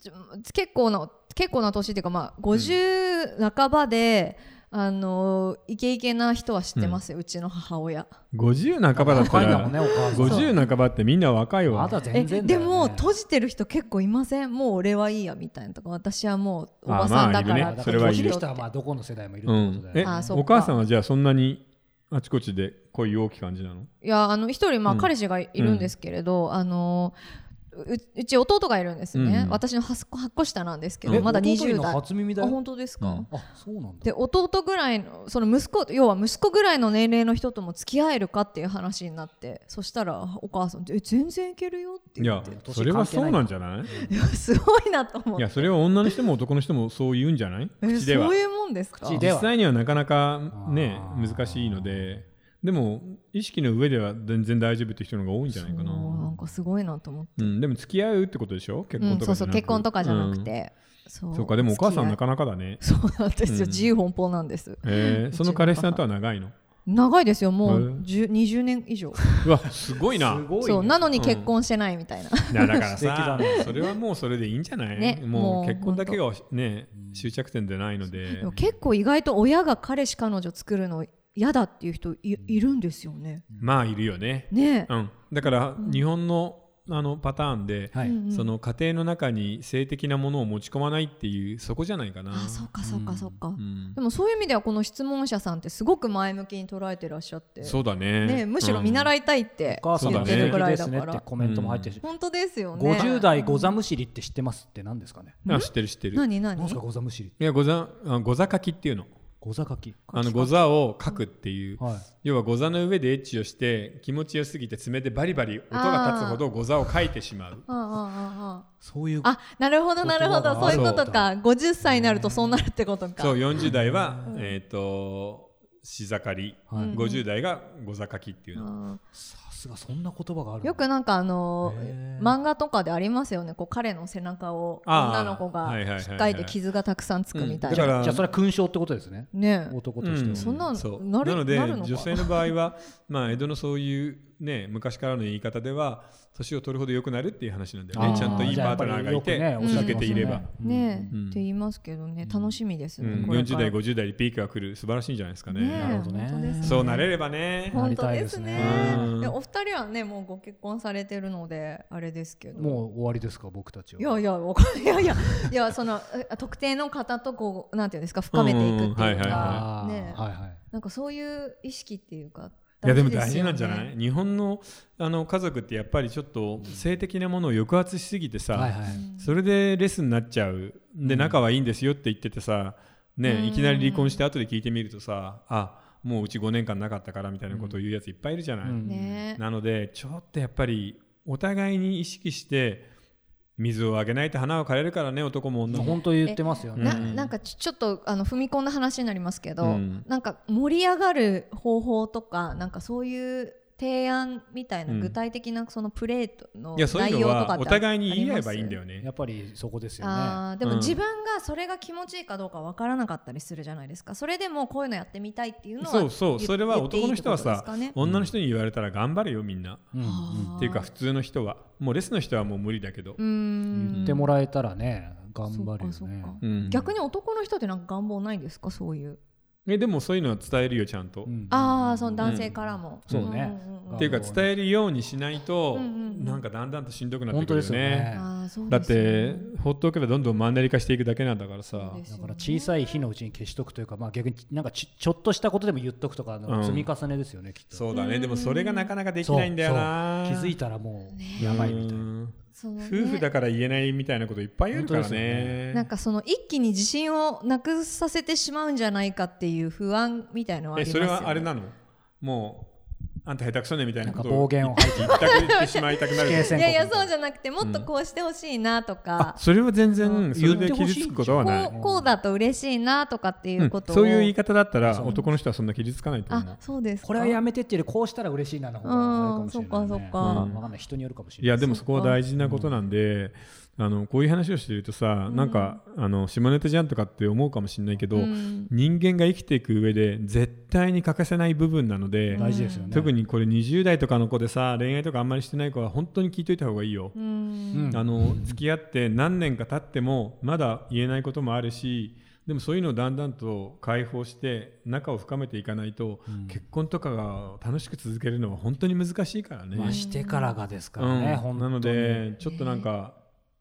Speaker 2: ちょ結構な結構な年っていうかまあ50半ばで、あのイケイケな人は知ってますよ、うちの母親。
Speaker 1: 50半ばだった
Speaker 3: 若いんだ
Speaker 1: ら、
Speaker 3: もんねお母さん
Speaker 1: 50半ばってみんな若いわ
Speaker 3: まだ
Speaker 2: え
Speaker 3: 全然だ
Speaker 2: で
Speaker 3: よ、ね、
Speaker 2: も閉じてる人結構いませんもう俺はいいやみたいなとか私はもうおばさんだか
Speaker 1: あまあいるね
Speaker 2: らって
Speaker 1: それはい
Speaker 3: 閉じ
Speaker 1: る
Speaker 3: る人はまあどこの世代もいる
Speaker 1: う
Speaker 3: ってこ
Speaker 1: ん
Speaker 3: と、だ
Speaker 1: え
Speaker 3: よね、
Speaker 2: あそっか
Speaker 1: お母さんはじゃあそんなにあちこちで恋多き感じなの
Speaker 2: いやあの一人まあ
Speaker 1: うん
Speaker 2: 彼氏がいるんですけれど、あのううち弟がいるんですね、
Speaker 1: うん
Speaker 2: 私の8個 ,8 個下なんですけ
Speaker 1: え
Speaker 2: どまだ
Speaker 3: 弟い
Speaker 2: 20
Speaker 3: るの
Speaker 2: 代あ
Speaker 3: 初耳だよ
Speaker 2: 本当ですか、
Speaker 1: うん
Speaker 3: あそうなんだ
Speaker 2: で弟ぐらいのその息子要は息子ぐらいの年齢の人とも付き合えるかっていう話になってそしたらお母さん「え全然いけるよ」って
Speaker 1: い
Speaker 2: 言
Speaker 1: や
Speaker 2: ってい
Speaker 1: それはそうなんじゃない
Speaker 2: や すごいなと
Speaker 1: い
Speaker 2: 思って
Speaker 1: やそれは女の人も男の人もそう言うんじゃない
Speaker 2: え
Speaker 1: 口では
Speaker 2: そういうもんですか
Speaker 3: 口では
Speaker 1: 実際にはなかなかね
Speaker 3: あー
Speaker 1: 難しいのででも意識の上では全然大丈夫って人の方が多いんじゃないか
Speaker 2: そうな
Speaker 1: なん
Speaker 2: かすごいなと思って、
Speaker 1: うんでも付き合うってことでしょ結
Speaker 2: う
Speaker 1: 婚
Speaker 2: ん、
Speaker 1: と
Speaker 2: そ
Speaker 1: か
Speaker 2: う
Speaker 1: じ
Speaker 2: そ
Speaker 1: ゃ
Speaker 2: う
Speaker 1: なく
Speaker 2: 結婚とかじゃなくて、そう
Speaker 1: そうかでもお母さんな
Speaker 2: か
Speaker 1: かなかだね
Speaker 2: そうなんですよ、
Speaker 1: うん
Speaker 2: 自由奔放なんです
Speaker 1: えー、その彼氏さんとは長いの
Speaker 2: 長いですよも
Speaker 1: へえ
Speaker 2: う10 20年以上
Speaker 1: うわすごいな
Speaker 3: すごいね
Speaker 2: そうなのに結婚してないみたいな、
Speaker 1: いやだから
Speaker 3: 素敵だ
Speaker 1: さ
Speaker 3: ね
Speaker 1: それはもうそれでいいんじゃない、
Speaker 2: ね
Speaker 1: も
Speaker 2: も
Speaker 1: う
Speaker 2: う
Speaker 1: 結婚だけがね終着点でないので
Speaker 2: でも結構意外と親が彼氏彼女作るの嫌だっていう人いいるんですよね
Speaker 1: まあいるよね、
Speaker 2: ね
Speaker 1: うん、だから日本のあのパターンで、
Speaker 3: はい
Speaker 2: うんうん
Speaker 1: その家庭の中に性的なものを持ち込まないっていうそこじゃないかな。
Speaker 2: あそうかそうかそうか、
Speaker 1: うん
Speaker 2: でもそういう意味ではこの質問者さんってすごく前向きに捉えてらっしゃって
Speaker 1: そうだね
Speaker 2: ね、むしろ見習いたいって
Speaker 3: お母さん
Speaker 2: 言
Speaker 3: も
Speaker 2: っ
Speaker 1: そう
Speaker 2: て
Speaker 1: だね
Speaker 2: る
Speaker 3: 素
Speaker 2: ぐ
Speaker 3: 敵
Speaker 2: ら
Speaker 3: で
Speaker 2: いだ
Speaker 3: す
Speaker 2: か
Speaker 3: ねっ
Speaker 2: ら、
Speaker 3: てコメントも入ってるし、
Speaker 2: 本当ですよね
Speaker 3: 50代ゴザムシリって知ってますって何ですかね
Speaker 1: うんあ知ってる知ってる。
Speaker 2: 何何
Speaker 3: 何ですかゴザムシリ
Speaker 1: いやござあござ書きっていうの。
Speaker 3: ゴザ書き
Speaker 1: あのござを書くっていう、
Speaker 3: はい
Speaker 1: 要はござの上でエッチをして気持ちよすぎて爪でバリバリ音が立つほどござを書いてしまう。
Speaker 2: ああ
Speaker 3: そういう
Speaker 2: ああああなるほどなるほど
Speaker 3: 言葉
Speaker 2: そう
Speaker 3: が
Speaker 2: いうことか50歳になるとそうなるってことか
Speaker 1: そう40代は、えっ、とし盛り、
Speaker 3: はい
Speaker 1: 50代がござ書きっていうの。
Speaker 2: あ
Speaker 3: さすがそんな言葉がある
Speaker 2: ーよくなんかあの
Speaker 3: へー
Speaker 2: 漫画とかでありますよねこう彼の背中を
Speaker 1: あー
Speaker 2: 女の子が
Speaker 1: はいはいはいはい
Speaker 2: 引っかいて傷がたくさんつくみたい
Speaker 1: だか
Speaker 2: な、
Speaker 1: ら
Speaker 3: じゃあそれは勲章ってことですね
Speaker 2: ね
Speaker 3: 男としては、
Speaker 1: う
Speaker 2: そんなの
Speaker 1: そう
Speaker 2: なる
Speaker 1: ので
Speaker 2: なるのか
Speaker 1: 女性の場合は、 まあ、江戸のそういう、ね、昔からの言い方では年を取るほど良くなるっていう話なんだよ
Speaker 3: あ
Speaker 1: ね
Speaker 3: ー
Speaker 1: ちゃんといいパートナーがいて、
Speaker 3: じゃあやっぱ
Speaker 2: りよくねおっしゃっ
Speaker 1: 続け
Speaker 2: てます
Speaker 1: て
Speaker 2: よね
Speaker 1: いれば、
Speaker 2: ね
Speaker 1: うん
Speaker 2: って言いますけどね楽しみです
Speaker 1: う
Speaker 2: ね、
Speaker 1: ん
Speaker 2: これか
Speaker 1: 40
Speaker 2: ら
Speaker 1: 代50代でピークが来る素晴らしいんじゃないですかね
Speaker 2: ねえ
Speaker 3: なるほどね
Speaker 2: 本当ですね
Speaker 1: そうなれればね
Speaker 3: な
Speaker 2: 本
Speaker 3: り
Speaker 2: 当
Speaker 3: たい
Speaker 2: で
Speaker 3: ですす
Speaker 2: ね
Speaker 3: ね
Speaker 1: うん
Speaker 2: でお二人はねもうご結婚されてるのであれですけど
Speaker 3: もう終わりですか僕たちはい
Speaker 2: やいやわかんいやいやいやそのえ特定の方とこうなんていうんですか深めていくっていうか、
Speaker 1: うんうんはいは
Speaker 3: あー
Speaker 2: ね
Speaker 3: はいはい
Speaker 2: なんかそういう意識っていうか
Speaker 1: いやでも
Speaker 2: すよね
Speaker 1: 大事なんじゃない日本のあの家族ってやっぱりちょっと性的なものを抑圧しすぎてさ、
Speaker 3: はいはい
Speaker 1: それでレスになっちゃうで仲はいいんですよって言っててさ、
Speaker 2: うん
Speaker 1: ね、いきなり離婚して後で聞いてみるとさあもううち5年間なかったからみたいなことを言うやついっぱいいるじゃない、
Speaker 3: うん
Speaker 2: ね
Speaker 1: なのでちょっとやっぱりお互いに意識して水をあげないと花を枯れるからね男も女も
Speaker 3: 本当言ってますよね
Speaker 2: な
Speaker 1: うん
Speaker 2: なんかちょちょっとあの踏み込んだ話になりますけど、
Speaker 1: うん
Speaker 2: なんか盛り上がる方法とかなんかそういう提案みたいな
Speaker 1: うん
Speaker 2: 具体的なそのプレートの
Speaker 1: いやそうい
Speaker 2: 内
Speaker 1: う
Speaker 2: 容
Speaker 1: の
Speaker 2: とかってあ
Speaker 1: はお互いに言い合えば
Speaker 2: あ
Speaker 1: いい
Speaker 2: り
Speaker 1: ん
Speaker 2: ます
Speaker 1: だよね
Speaker 3: やっぱりそこですよね
Speaker 2: あーでも
Speaker 1: うん
Speaker 2: 自分がそれが気持ちいいかどうかわからなかったりするじゃないですかそれでもこういうのやってみたいっていうのは
Speaker 1: そうそう
Speaker 2: 言
Speaker 1: それは
Speaker 2: 言っていい
Speaker 1: 男の人はさ
Speaker 2: ってことですかね
Speaker 1: 女の人に言われたら頑張れよみんな、
Speaker 3: うんうん
Speaker 2: はあ
Speaker 1: っていうか普通の人はもうレスの人はもう無理だけど
Speaker 2: うー、ん
Speaker 3: 言ってもらえたらね頑張るよ
Speaker 2: そっか
Speaker 3: ね
Speaker 2: そっか
Speaker 1: うん
Speaker 2: 逆に男の人ってなんか願望ないんですかそういう、
Speaker 1: えでもそういうのは伝えるよちゃんと、
Speaker 3: うん
Speaker 2: ああその男性からも、
Speaker 3: そうね
Speaker 2: んんん
Speaker 1: っ
Speaker 3: あ
Speaker 1: ていうか伝えるようにしないと、
Speaker 2: うんうんうん
Speaker 1: なんかだんだんとしんどくなって
Speaker 3: 本
Speaker 1: く
Speaker 3: 当
Speaker 1: る
Speaker 3: で
Speaker 1: よ
Speaker 3: すよ
Speaker 1: ね
Speaker 3: ね
Speaker 2: あーそう
Speaker 1: だ
Speaker 2: で
Speaker 1: っ
Speaker 2: すよ
Speaker 1: て
Speaker 2: ね
Speaker 1: 放っておけばどんどんマンネリ化していくだけなんだからさ
Speaker 2: そうです
Speaker 3: だから小さい日のうちに消しとくというか、まあ、逆になんかちちょっとしたことでも言っとくとか
Speaker 1: うん
Speaker 3: の積み重ねですよね、きっと
Speaker 1: そうだねでもそれがなかなかでき
Speaker 3: そう
Speaker 1: ないんだよな
Speaker 3: そう気づい
Speaker 1: て
Speaker 3: たらもうやばいみたいな、
Speaker 2: そのね
Speaker 1: 夫婦だから言えないみたいなこといっぱいあるから
Speaker 3: 本当です
Speaker 1: ね
Speaker 2: なんかその一気に自信をなくさせてしまうんじゃないかっていう不安みたいなのはあ
Speaker 1: え
Speaker 2: ります
Speaker 1: そ
Speaker 2: よ、
Speaker 1: れ
Speaker 2: ね、
Speaker 1: はあれなのもうあんた下手くそねみたいなこと
Speaker 3: なんか暴言を吐いて
Speaker 1: 言ったく言ってしまいたくなる
Speaker 3: 死刑宣
Speaker 2: い
Speaker 3: 告
Speaker 2: やいやそうじゃなくてもっとこうしてほしいなと
Speaker 1: あ
Speaker 2: か、
Speaker 1: それは全然
Speaker 3: あ
Speaker 1: それで傷つくことはない
Speaker 2: こうこうだと嬉しいなとかっていううんことを、
Speaker 1: そういう言い方だったら男の人はそんな傷つかないと思う
Speaker 2: あそうですか
Speaker 3: これはやめてっていうよりこうしたら嬉しいなの方があるかもしれない、
Speaker 2: う
Speaker 3: ね、
Speaker 2: んそっかそっか
Speaker 3: うんわかんない人によるかもし
Speaker 1: い
Speaker 3: れな
Speaker 1: や
Speaker 3: い
Speaker 1: でもそこは大事なことなんで、あのこういう話をしてるとさ、なんかあの下ネタじゃんとかって思うかもしれないけど、
Speaker 2: うん
Speaker 1: 人間が生きていく上で絶対に欠かせない部分なので、
Speaker 3: 大事ですよね
Speaker 1: 特
Speaker 3: に、
Speaker 1: にこれ20代とかの子でさ恋愛とかあんまりしてない子は本当に聞いといた方がいいよ。
Speaker 2: うん
Speaker 3: うん
Speaker 1: あの付き合って何年か経ってもまだ言えないこともあるしでもそういうのをだんだんと解放して仲を深めていかないと、
Speaker 3: うん
Speaker 1: 結婚とかが楽しく続けるのは本当に難しいからね。
Speaker 3: まあ、してからがですからね、
Speaker 1: うん、
Speaker 3: 本
Speaker 1: な
Speaker 3: 当に
Speaker 1: のでちょっとなんか、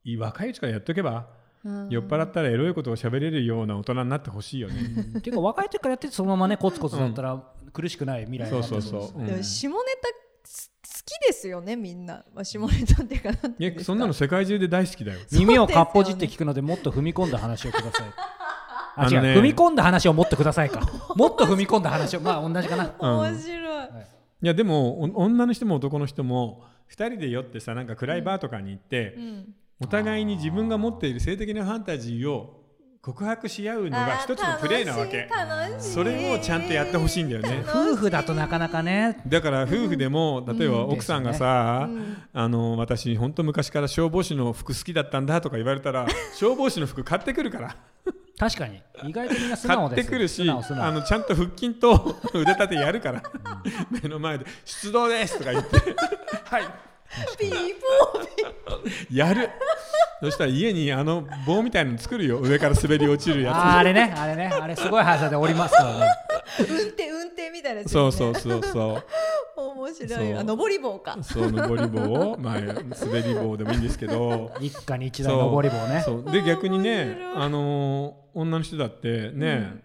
Speaker 1: いい若いうちからやっとけば、
Speaker 2: うん
Speaker 1: 酔っ払ったらエロいことを喋れるような大人になってほしいよね。
Speaker 3: っていうか若い時からやっててそのままねコツコツだったら苦しくない未来
Speaker 1: そう
Speaker 3: になって
Speaker 1: そ
Speaker 3: る
Speaker 1: う
Speaker 3: と思ん
Speaker 1: そ
Speaker 3: です
Speaker 1: う。うん
Speaker 2: でも下ネタす好きですよねみんな、まあ、下ネタっていうかなんていうん
Speaker 1: い
Speaker 2: で
Speaker 1: や
Speaker 2: すか
Speaker 1: そんなの世界中で大好きだよ。
Speaker 3: 耳をかっぽじって聞くのでもっと踏み込んだ話をください。あ
Speaker 1: あ
Speaker 3: 違う
Speaker 1: のね
Speaker 3: 踏み込んだ話をもっとくださいか。もっと踏み込んだ話をまあ同じかな。
Speaker 2: 面白い、
Speaker 1: いやでもお女の人も男の人も2人で酔ってさなんか暗いバーとかに行って、
Speaker 2: うん
Speaker 1: お互いに自分が持っている性的なファンタジーを告白し合うのが一つのプレーなわけそれをちゃんとやってほしいんだよね
Speaker 3: 夫婦だとなかなかね
Speaker 1: だから夫婦でも、例えば奥さんがさ、あの私本当昔から消防士の服好きだったんだとか言われた ら消防士の服買ってくるから
Speaker 3: 確かに意外とみんな素
Speaker 1: 買
Speaker 3: 直
Speaker 1: っ
Speaker 3: で
Speaker 1: て
Speaker 3: す
Speaker 1: くるし
Speaker 3: 素直素直
Speaker 1: あのちゃんと腹筋と腕立てやるから 目の前で「出動です!」とか言って 「はい
Speaker 2: ピーポー
Speaker 1: やる!」そしたら家にあの棒みたいなの作るよ上から滑り落ちる
Speaker 3: あー
Speaker 1: や
Speaker 3: あれねあれねあれすごい速さで降りますからね
Speaker 2: 運転運転みたいなやつ、ね、
Speaker 1: つそうそうそうそう
Speaker 2: 面白い
Speaker 1: そう
Speaker 2: あ登り棒か
Speaker 1: そう登り棒を、まあ、滑り棒でもいいんですけど
Speaker 3: 一家に一台登り棒ね
Speaker 1: そうで逆にね
Speaker 2: 面白い
Speaker 1: あのー女の人だってね、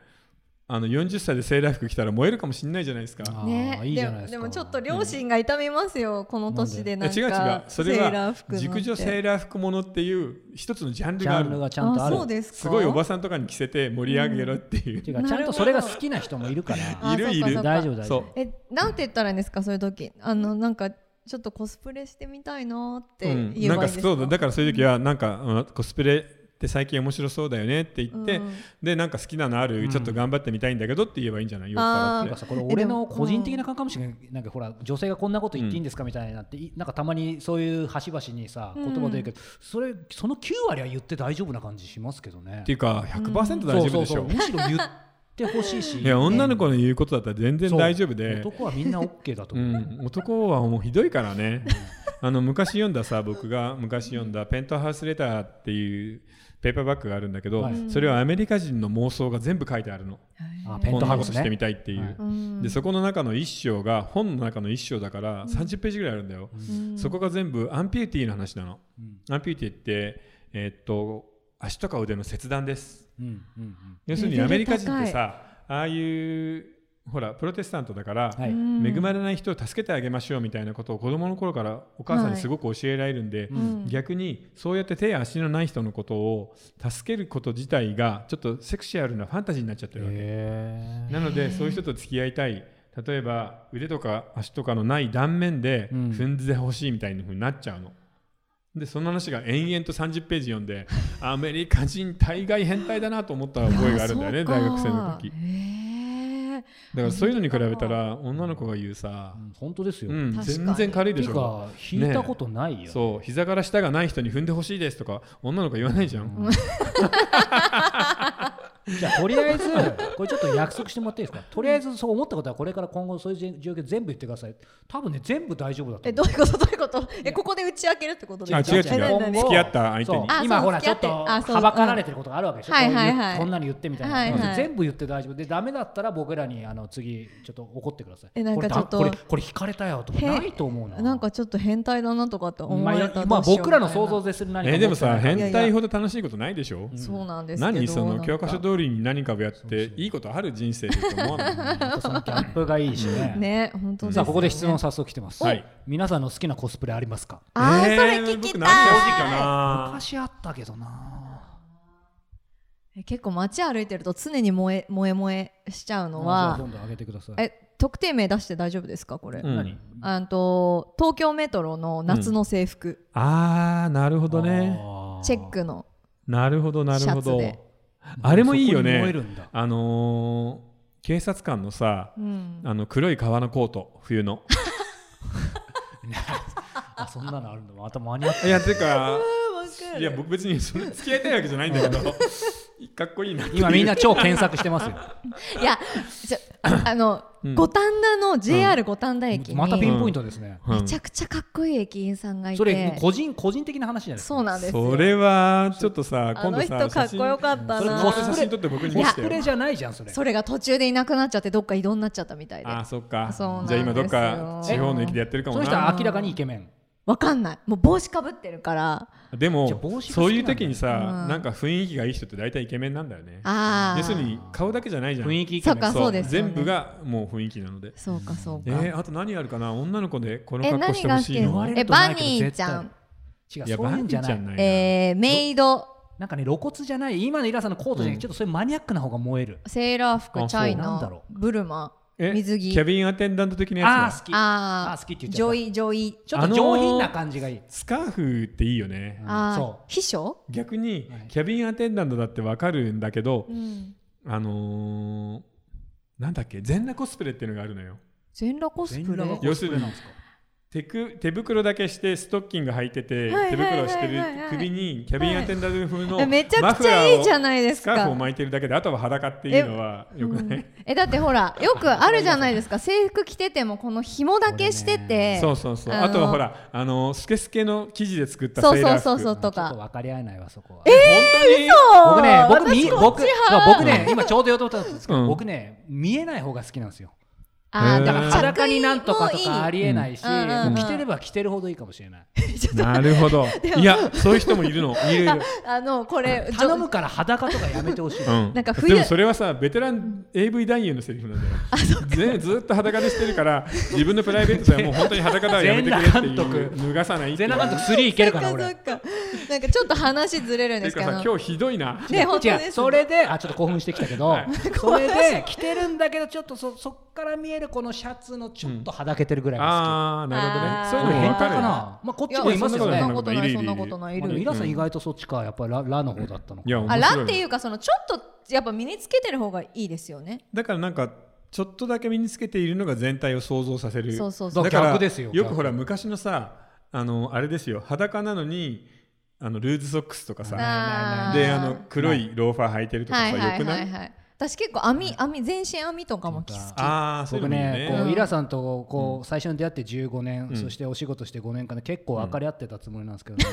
Speaker 1: あの40歳でセーラー服着たら燃えるかもしれないじゃないですか
Speaker 3: あー
Speaker 2: ね
Speaker 3: いいじゃないですか
Speaker 2: ももちょっと両親が痛みますよ、この年で
Speaker 1: い
Speaker 2: な
Speaker 1: や
Speaker 2: んか
Speaker 1: 違う違うそれ
Speaker 2: セーラー
Speaker 1: は
Speaker 2: 服なんて
Speaker 1: 熟女セーラー服ものっていう一つのジャンル
Speaker 3: ジ
Speaker 1: があ
Speaker 3: ャ
Speaker 1: る
Speaker 3: ンル
Speaker 1: の
Speaker 3: がちゃんとある
Speaker 2: そうですか
Speaker 1: すごいおばさんとかに着せて盛り上げろっていう
Speaker 3: て、いうかちゃんとそれが好きな人もいるから
Speaker 2: あ
Speaker 1: いるい
Speaker 2: そっかそ
Speaker 1: る
Speaker 2: っか
Speaker 3: 大丈夫大丈
Speaker 1: そ
Speaker 3: 夫
Speaker 1: う
Speaker 2: えなんて言ったらいいんですかそういう時あのなんかちょっとコスプレしてみたいなーって
Speaker 1: うん、
Speaker 2: 言え
Speaker 1: なん
Speaker 2: ばい
Speaker 1: か
Speaker 2: いんですか、
Speaker 1: そうだだからそういう時はなんか、うんコスプレって最近面白そうだよねって言って、
Speaker 2: うん
Speaker 1: でなんか好きなのある、
Speaker 3: うん
Speaker 1: ちょっと頑張ってみたいんだけどって言えばいいんじゃないよっ払
Speaker 3: なん
Speaker 1: っ
Speaker 3: か
Speaker 1: て
Speaker 3: さこれ
Speaker 2: えで
Speaker 3: 俺
Speaker 2: も
Speaker 3: の個人的な感覚かもしれないなんかほら女性がこんなこと言っていいんですかみたいなっていなんかたまにそういう端々にさ
Speaker 2: うん
Speaker 3: 言葉で言うけどそれその9割は言って大丈夫な感じしますけどね
Speaker 1: っていうか100%
Speaker 3: そ
Speaker 1: 大丈夫
Speaker 3: うそう
Speaker 1: でし
Speaker 3: そう
Speaker 1: ょ
Speaker 3: むしろ言ってほしいし
Speaker 1: いや女の子の言うことだったら全然
Speaker 3: そう
Speaker 1: 大丈夫で
Speaker 3: 男はみんな OK だと
Speaker 1: う
Speaker 3: 思う、
Speaker 1: ん、男はもうひどいからねあの昔読んださ僕が昔読んだ「ペントハウスレター」っていうペーパーバッグがあるんだけど、
Speaker 3: はい
Speaker 1: それはアメリカ人の妄想が全部書いてあるの
Speaker 3: あ
Speaker 2: へー
Speaker 3: ペン
Speaker 1: こん
Speaker 3: ト
Speaker 1: な
Speaker 3: ハ
Speaker 1: こ
Speaker 3: ウ
Speaker 1: と
Speaker 3: ス
Speaker 1: し
Speaker 3: ね
Speaker 1: てみたいっていう、
Speaker 3: はい
Speaker 2: うん
Speaker 1: でそこの中の一章が本の中の一章だから30ページぐらいあるんだよ、
Speaker 2: うん
Speaker 1: そこが全部アンピューティーの話なの
Speaker 3: うん
Speaker 1: アンピューティーってえーっと足とか腕の切断です
Speaker 3: うんうんうん
Speaker 1: 要するにアメリカ人ってさああいうほらプロテスタントだから、
Speaker 3: はい
Speaker 1: 恵まれない人を助けてあげましょうみたいなことを子供の頃からお母さんにすごく教えられるんで、
Speaker 2: うん
Speaker 1: 逆にそうやって手や足のない人のことを助けること自体がちょっとセクシュアルなファンタジーになっちゃってるわけ、
Speaker 3: へ
Speaker 1: なのでそういう人と付き合いたい例えば腕とか足とかのない断面で
Speaker 3: うん
Speaker 1: 踏んでほしいみたいなふうになっちゃうの。でその話が延々と30ページ読ん でアメリカ人大概変態だなと思った覚えがあるんだよね
Speaker 2: あそうか
Speaker 1: 大学生の時
Speaker 2: へー
Speaker 1: だからそういうのに比べたら女の子が言うさ
Speaker 3: う、ん本当ですよ、
Speaker 1: う
Speaker 3: っ
Speaker 1: ん、
Speaker 2: 確かに
Speaker 1: 全然軽い
Speaker 3: て
Speaker 1: で
Speaker 3: い
Speaker 1: し
Speaker 3: う
Speaker 1: ょ
Speaker 3: か引いたことないよ、
Speaker 1: そう膝から下がない人に踏んでほしいですとか女の子言わないじゃん、
Speaker 3: じゃあとりあえずこれちょっと約束してもらっていいですかとりあえずそう思ったことはこれから今後そういう状況全部言ってください多分ね全部大丈夫だと
Speaker 2: えど
Speaker 3: 思う
Speaker 2: ういうことどういうことえここで打ち明けるってことですか
Speaker 1: あ違う違う
Speaker 2: え何
Speaker 1: 付
Speaker 2: 々
Speaker 1: き合った相手に
Speaker 3: そう
Speaker 2: あ
Speaker 3: 今
Speaker 2: そう
Speaker 3: ほら
Speaker 2: 付
Speaker 3: ち
Speaker 2: き
Speaker 3: ょ
Speaker 2: 合っ
Speaker 3: ってと
Speaker 2: あそう
Speaker 3: はばかられてることがあるわけでしょ、
Speaker 2: はいはい
Speaker 3: こうう
Speaker 2: はい
Speaker 3: こんなに言ってみたいな、
Speaker 2: はいはい
Speaker 3: まず全部言って大丈夫でダメだったら僕らにあの次ちょっと怒ってください
Speaker 2: えなんかちょっと
Speaker 3: これだこれこれ引かれたよとか
Speaker 2: へ
Speaker 3: ないと思うな
Speaker 2: なんかちょっと変態だなとかって思
Speaker 3: ま
Speaker 2: わ
Speaker 3: あ
Speaker 2: れ
Speaker 3: い
Speaker 2: たら
Speaker 3: や
Speaker 2: どうしよう
Speaker 3: まあ僕らの想像
Speaker 2: み
Speaker 3: でする何か
Speaker 1: えーでもさ
Speaker 3: 思ってない
Speaker 2: いや
Speaker 1: 変態ほど楽しいことないでしょ
Speaker 2: たいなそうなんですけど
Speaker 1: 何そ
Speaker 2: なん
Speaker 1: の
Speaker 2: か
Speaker 1: 教科書通りに何かをやっていいことある人生って思わない
Speaker 3: ほんとそのギャップがいいしね
Speaker 2: ね本当す
Speaker 3: さ
Speaker 2: よ
Speaker 3: あ
Speaker 2: ね
Speaker 3: ここで質問早速来てます、
Speaker 1: はい
Speaker 3: 皆さんの好きなコスプレありますか
Speaker 2: あー、
Speaker 1: えー
Speaker 2: それ聞き
Speaker 1: 僕何が好き
Speaker 2: たい
Speaker 1: かな
Speaker 3: 昔あったけどな
Speaker 2: え結構街歩いてると常に萌え萌え萌えしちゃうの
Speaker 3: ど
Speaker 2: は
Speaker 3: んどん上げてください
Speaker 2: え特定名出して大丈夫ですかこれ、
Speaker 1: うん
Speaker 3: 何
Speaker 2: あんと東京メトロの夏の制服、
Speaker 1: あーなるほどね
Speaker 3: あー
Speaker 2: チェックの
Speaker 1: なるほどなるほ
Speaker 2: シャツ
Speaker 1: ど
Speaker 2: で
Speaker 1: あれもいいよ
Speaker 3: そこに燃え
Speaker 1: ね
Speaker 3: るんだ
Speaker 1: あのー警察官のさ
Speaker 2: うん
Speaker 1: あの黒い革のコート冬の
Speaker 3: あそんなのあるんだまた間に合って
Speaker 1: いやてかい
Speaker 2: い
Speaker 1: や
Speaker 2: や
Speaker 1: 僕別にそれ付き合いたいわけじゃないんだけど かっこいいなっていう
Speaker 3: 今みんな超検索し てますよ
Speaker 2: ちょあの、
Speaker 1: うん
Speaker 2: 五反田の JR 五反田駅に、
Speaker 3: またピンポイントですね、
Speaker 1: うん
Speaker 2: めちゃくちゃかっこいい駅員さんがいて
Speaker 3: それ個人個人的な話じゃないですか
Speaker 2: そうなんですよ
Speaker 1: それはちょっとさ
Speaker 2: あ
Speaker 1: 今
Speaker 2: の
Speaker 1: 度
Speaker 2: 人
Speaker 1: さ
Speaker 2: かっこよかった
Speaker 3: それ
Speaker 2: な
Speaker 1: コスプレ写真撮って僕に見せ
Speaker 3: コ
Speaker 1: て
Speaker 3: ス
Speaker 1: よ
Speaker 3: プレじゃないじゃんそれ
Speaker 2: それが途中でいなくなっちゃってどっか移動になっちゃったみたいで
Speaker 1: あーそっか
Speaker 2: そうなん
Speaker 1: じゃあ今どっか
Speaker 2: です
Speaker 1: 地
Speaker 2: よ
Speaker 1: 方の駅でやってるかも
Speaker 3: その人
Speaker 1: な
Speaker 3: は明らかにイケメン
Speaker 2: わかんないもう帽子かぶってるから
Speaker 1: で
Speaker 3: じゃあ帽子
Speaker 1: も
Speaker 3: が好きなんだ
Speaker 1: そういう時にさ、
Speaker 2: うん
Speaker 1: なんか雰囲気がいい人って大体イケメンなんだよね
Speaker 2: ああ
Speaker 1: 要するに顔だけじゃないじゃん
Speaker 3: 雰囲気イケメン
Speaker 2: あそうですよね
Speaker 1: 全部がもう雰囲気なので
Speaker 2: そうかそう
Speaker 1: え
Speaker 2: か、
Speaker 1: ー、あと何あるかな女の子でこの
Speaker 2: え
Speaker 1: 格好して
Speaker 2: 何が
Speaker 1: ほ
Speaker 2: 好
Speaker 1: しい
Speaker 2: き
Speaker 3: 言
Speaker 1: の
Speaker 3: われ
Speaker 2: え
Speaker 3: るとな
Speaker 2: バ
Speaker 3: いけど
Speaker 2: ニーちゃん
Speaker 3: 違う
Speaker 1: いや
Speaker 3: そういうんじゃない
Speaker 1: バンジーじゃないな
Speaker 2: えー、メイド
Speaker 3: なんかね露骨じゃない今のイラさんのコートじゃなくて、
Speaker 1: うん
Speaker 3: ちょっとそういうマニアックな方が燃える
Speaker 2: セーラー服
Speaker 1: あ
Speaker 2: チャイ
Speaker 3: そうなんだ
Speaker 2: ナ
Speaker 3: ろ
Speaker 2: ブルマ
Speaker 1: え
Speaker 2: 水着
Speaker 1: キャビンアテンダント的な
Speaker 3: あ
Speaker 1: や
Speaker 3: あ
Speaker 1: つだ
Speaker 3: 好き
Speaker 2: ああ
Speaker 3: 好きって言っちゃ
Speaker 2: 上
Speaker 3: った
Speaker 2: 位上位
Speaker 3: ちょっと上品な感じがいい、
Speaker 1: スカーフっていいよね
Speaker 3: うん
Speaker 2: ああ
Speaker 3: そ
Speaker 2: 秘書
Speaker 1: 逆に
Speaker 3: はい
Speaker 1: キャビンアテンダントだってわかるんだけど、
Speaker 2: うん
Speaker 1: あのーなんだっけ全裸コスプレっていうのがあるのよ
Speaker 2: 全裸コスプレ
Speaker 1: コスプレなん
Speaker 3: すか
Speaker 1: 手く手袋だけしてストッキング履いてて
Speaker 2: はい
Speaker 1: 手袋をして
Speaker 2: は
Speaker 1: る
Speaker 2: いはいはい
Speaker 1: 首にキャビンアテンダント風の
Speaker 2: えめちゃ
Speaker 1: マ
Speaker 2: く
Speaker 1: フ
Speaker 2: ち
Speaker 1: ラ
Speaker 2: ゃ
Speaker 1: ー
Speaker 2: いい
Speaker 1: を
Speaker 2: じゃないです
Speaker 1: スカーフを
Speaker 2: か
Speaker 1: 巻いてるだけであとは裸っていうのはよくない、
Speaker 2: えだってほらよくあるじゃないですか制服着ててもこの紐だけして
Speaker 3: こ
Speaker 2: て
Speaker 1: そうそうそう
Speaker 2: あの
Speaker 1: あとはほらあのスケスケの生地で作ったセ
Speaker 2: そう
Speaker 1: ー
Speaker 2: そ
Speaker 1: ラー
Speaker 2: う
Speaker 1: 服
Speaker 2: そうそう
Speaker 1: 本
Speaker 2: と
Speaker 3: ちょっと
Speaker 2: か
Speaker 3: 分かり合えないわそこは
Speaker 1: 当に
Speaker 3: 僕ね僕
Speaker 2: 私
Speaker 3: み
Speaker 2: こっち
Speaker 3: 僕まあ
Speaker 2: 派
Speaker 3: 僕ね今ちょうど言おうと思ったんですけど、
Speaker 1: うん
Speaker 3: 僕ね見えない方が好きなんですよ
Speaker 2: あー
Speaker 1: うん
Speaker 2: だか
Speaker 3: だからら
Speaker 2: 裸
Speaker 3: 裸になんとかと
Speaker 2: もいい
Speaker 3: かありえないし、
Speaker 2: うんうんうん
Speaker 3: もう着てれば着てるほどいいかもしれない、
Speaker 1: なるほどいやそういう人もいるのいる いる
Speaker 2: あのこれ
Speaker 3: 頼むから裸とかやめてほしい、
Speaker 1: うん、
Speaker 2: なんか冬
Speaker 1: でもそれはさベテラン AV 男優のセリフなんだよねずっと裸でしてるから自分のプライベートではもう本当に裸だはやめてくれって
Speaker 3: 全裸
Speaker 1: い
Speaker 3: 監
Speaker 1: う脱がさないってい
Speaker 3: 全
Speaker 1: う
Speaker 3: 裸監督3いけるかな
Speaker 2: そっ
Speaker 3: 俺
Speaker 2: かそっかなんかちょっと話ずれる
Speaker 1: て
Speaker 2: んで
Speaker 1: いう
Speaker 2: すけ
Speaker 1: か
Speaker 2: ど
Speaker 1: さ今日ひどいな
Speaker 2: ね本当です
Speaker 3: 違うそれであちょっと興奮してきたけど、
Speaker 1: はい
Speaker 3: それで着てるんだけどちょっとそそっから見えるこのシャツのちょっとはだけてるぐらいが
Speaker 1: ああなるほ
Speaker 3: 好
Speaker 1: どね
Speaker 3: き、
Speaker 1: そういうの
Speaker 3: 変
Speaker 1: も分
Speaker 3: 態
Speaker 1: かる
Speaker 3: かな、まあ、こっ
Speaker 2: い
Speaker 3: ち
Speaker 2: や
Speaker 3: もいますよね
Speaker 2: そ
Speaker 1: そ
Speaker 2: ん
Speaker 1: ん
Speaker 2: な
Speaker 1: な
Speaker 2: こ
Speaker 1: ことと
Speaker 2: な
Speaker 1: ないいるいる
Speaker 2: いそんなことないい
Speaker 3: まあでも
Speaker 2: る
Speaker 3: イラさん意外とそっちかやっぱりララの方だったのか
Speaker 1: いや面
Speaker 2: あ
Speaker 1: 白い
Speaker 2: ラっ
Speaker 1: ね
Speaker 2: ていうかそのちょっとやっぱ身につけてる方がいいですよね
Speaker 1: だからなんかちょっとだけ身につけているのが全体を想像させる
Speaker 2: そうそうそう
Speaker 1: だから
Speaker 3: 逆ですよ
Speaker 1: よくほら昔のさあのあれですよ裸なのにあのルーズソックスとか
Speaker 3: ない
Speaker 1: さ
Speaker 2: あー
Speaker 1: であの黒いローファー履いてるとか
Speaker 2: は
Speaker 1: さ
Speaker 2: い
Speaker 1: よ
Speaker 2: はい
Speaker 1: く
Speaker 2: は
Speaker 1: ないい
Speaker 2: はい私結構網網全身網とかも好き
Speaker 1: ああそういう
Speaker 3: 僕
Speaker 1: のもいい
Speaker 3: ね
Speaker 2: う
Speaker 3: こ
Speaker 2: ん
Speaker 3: うイラさんとこう最初に出会って15年、
Speaker 1: うん
Speaker 3: そしてお仕事して5年間で結構分かり合ってたつもりなんですけどね、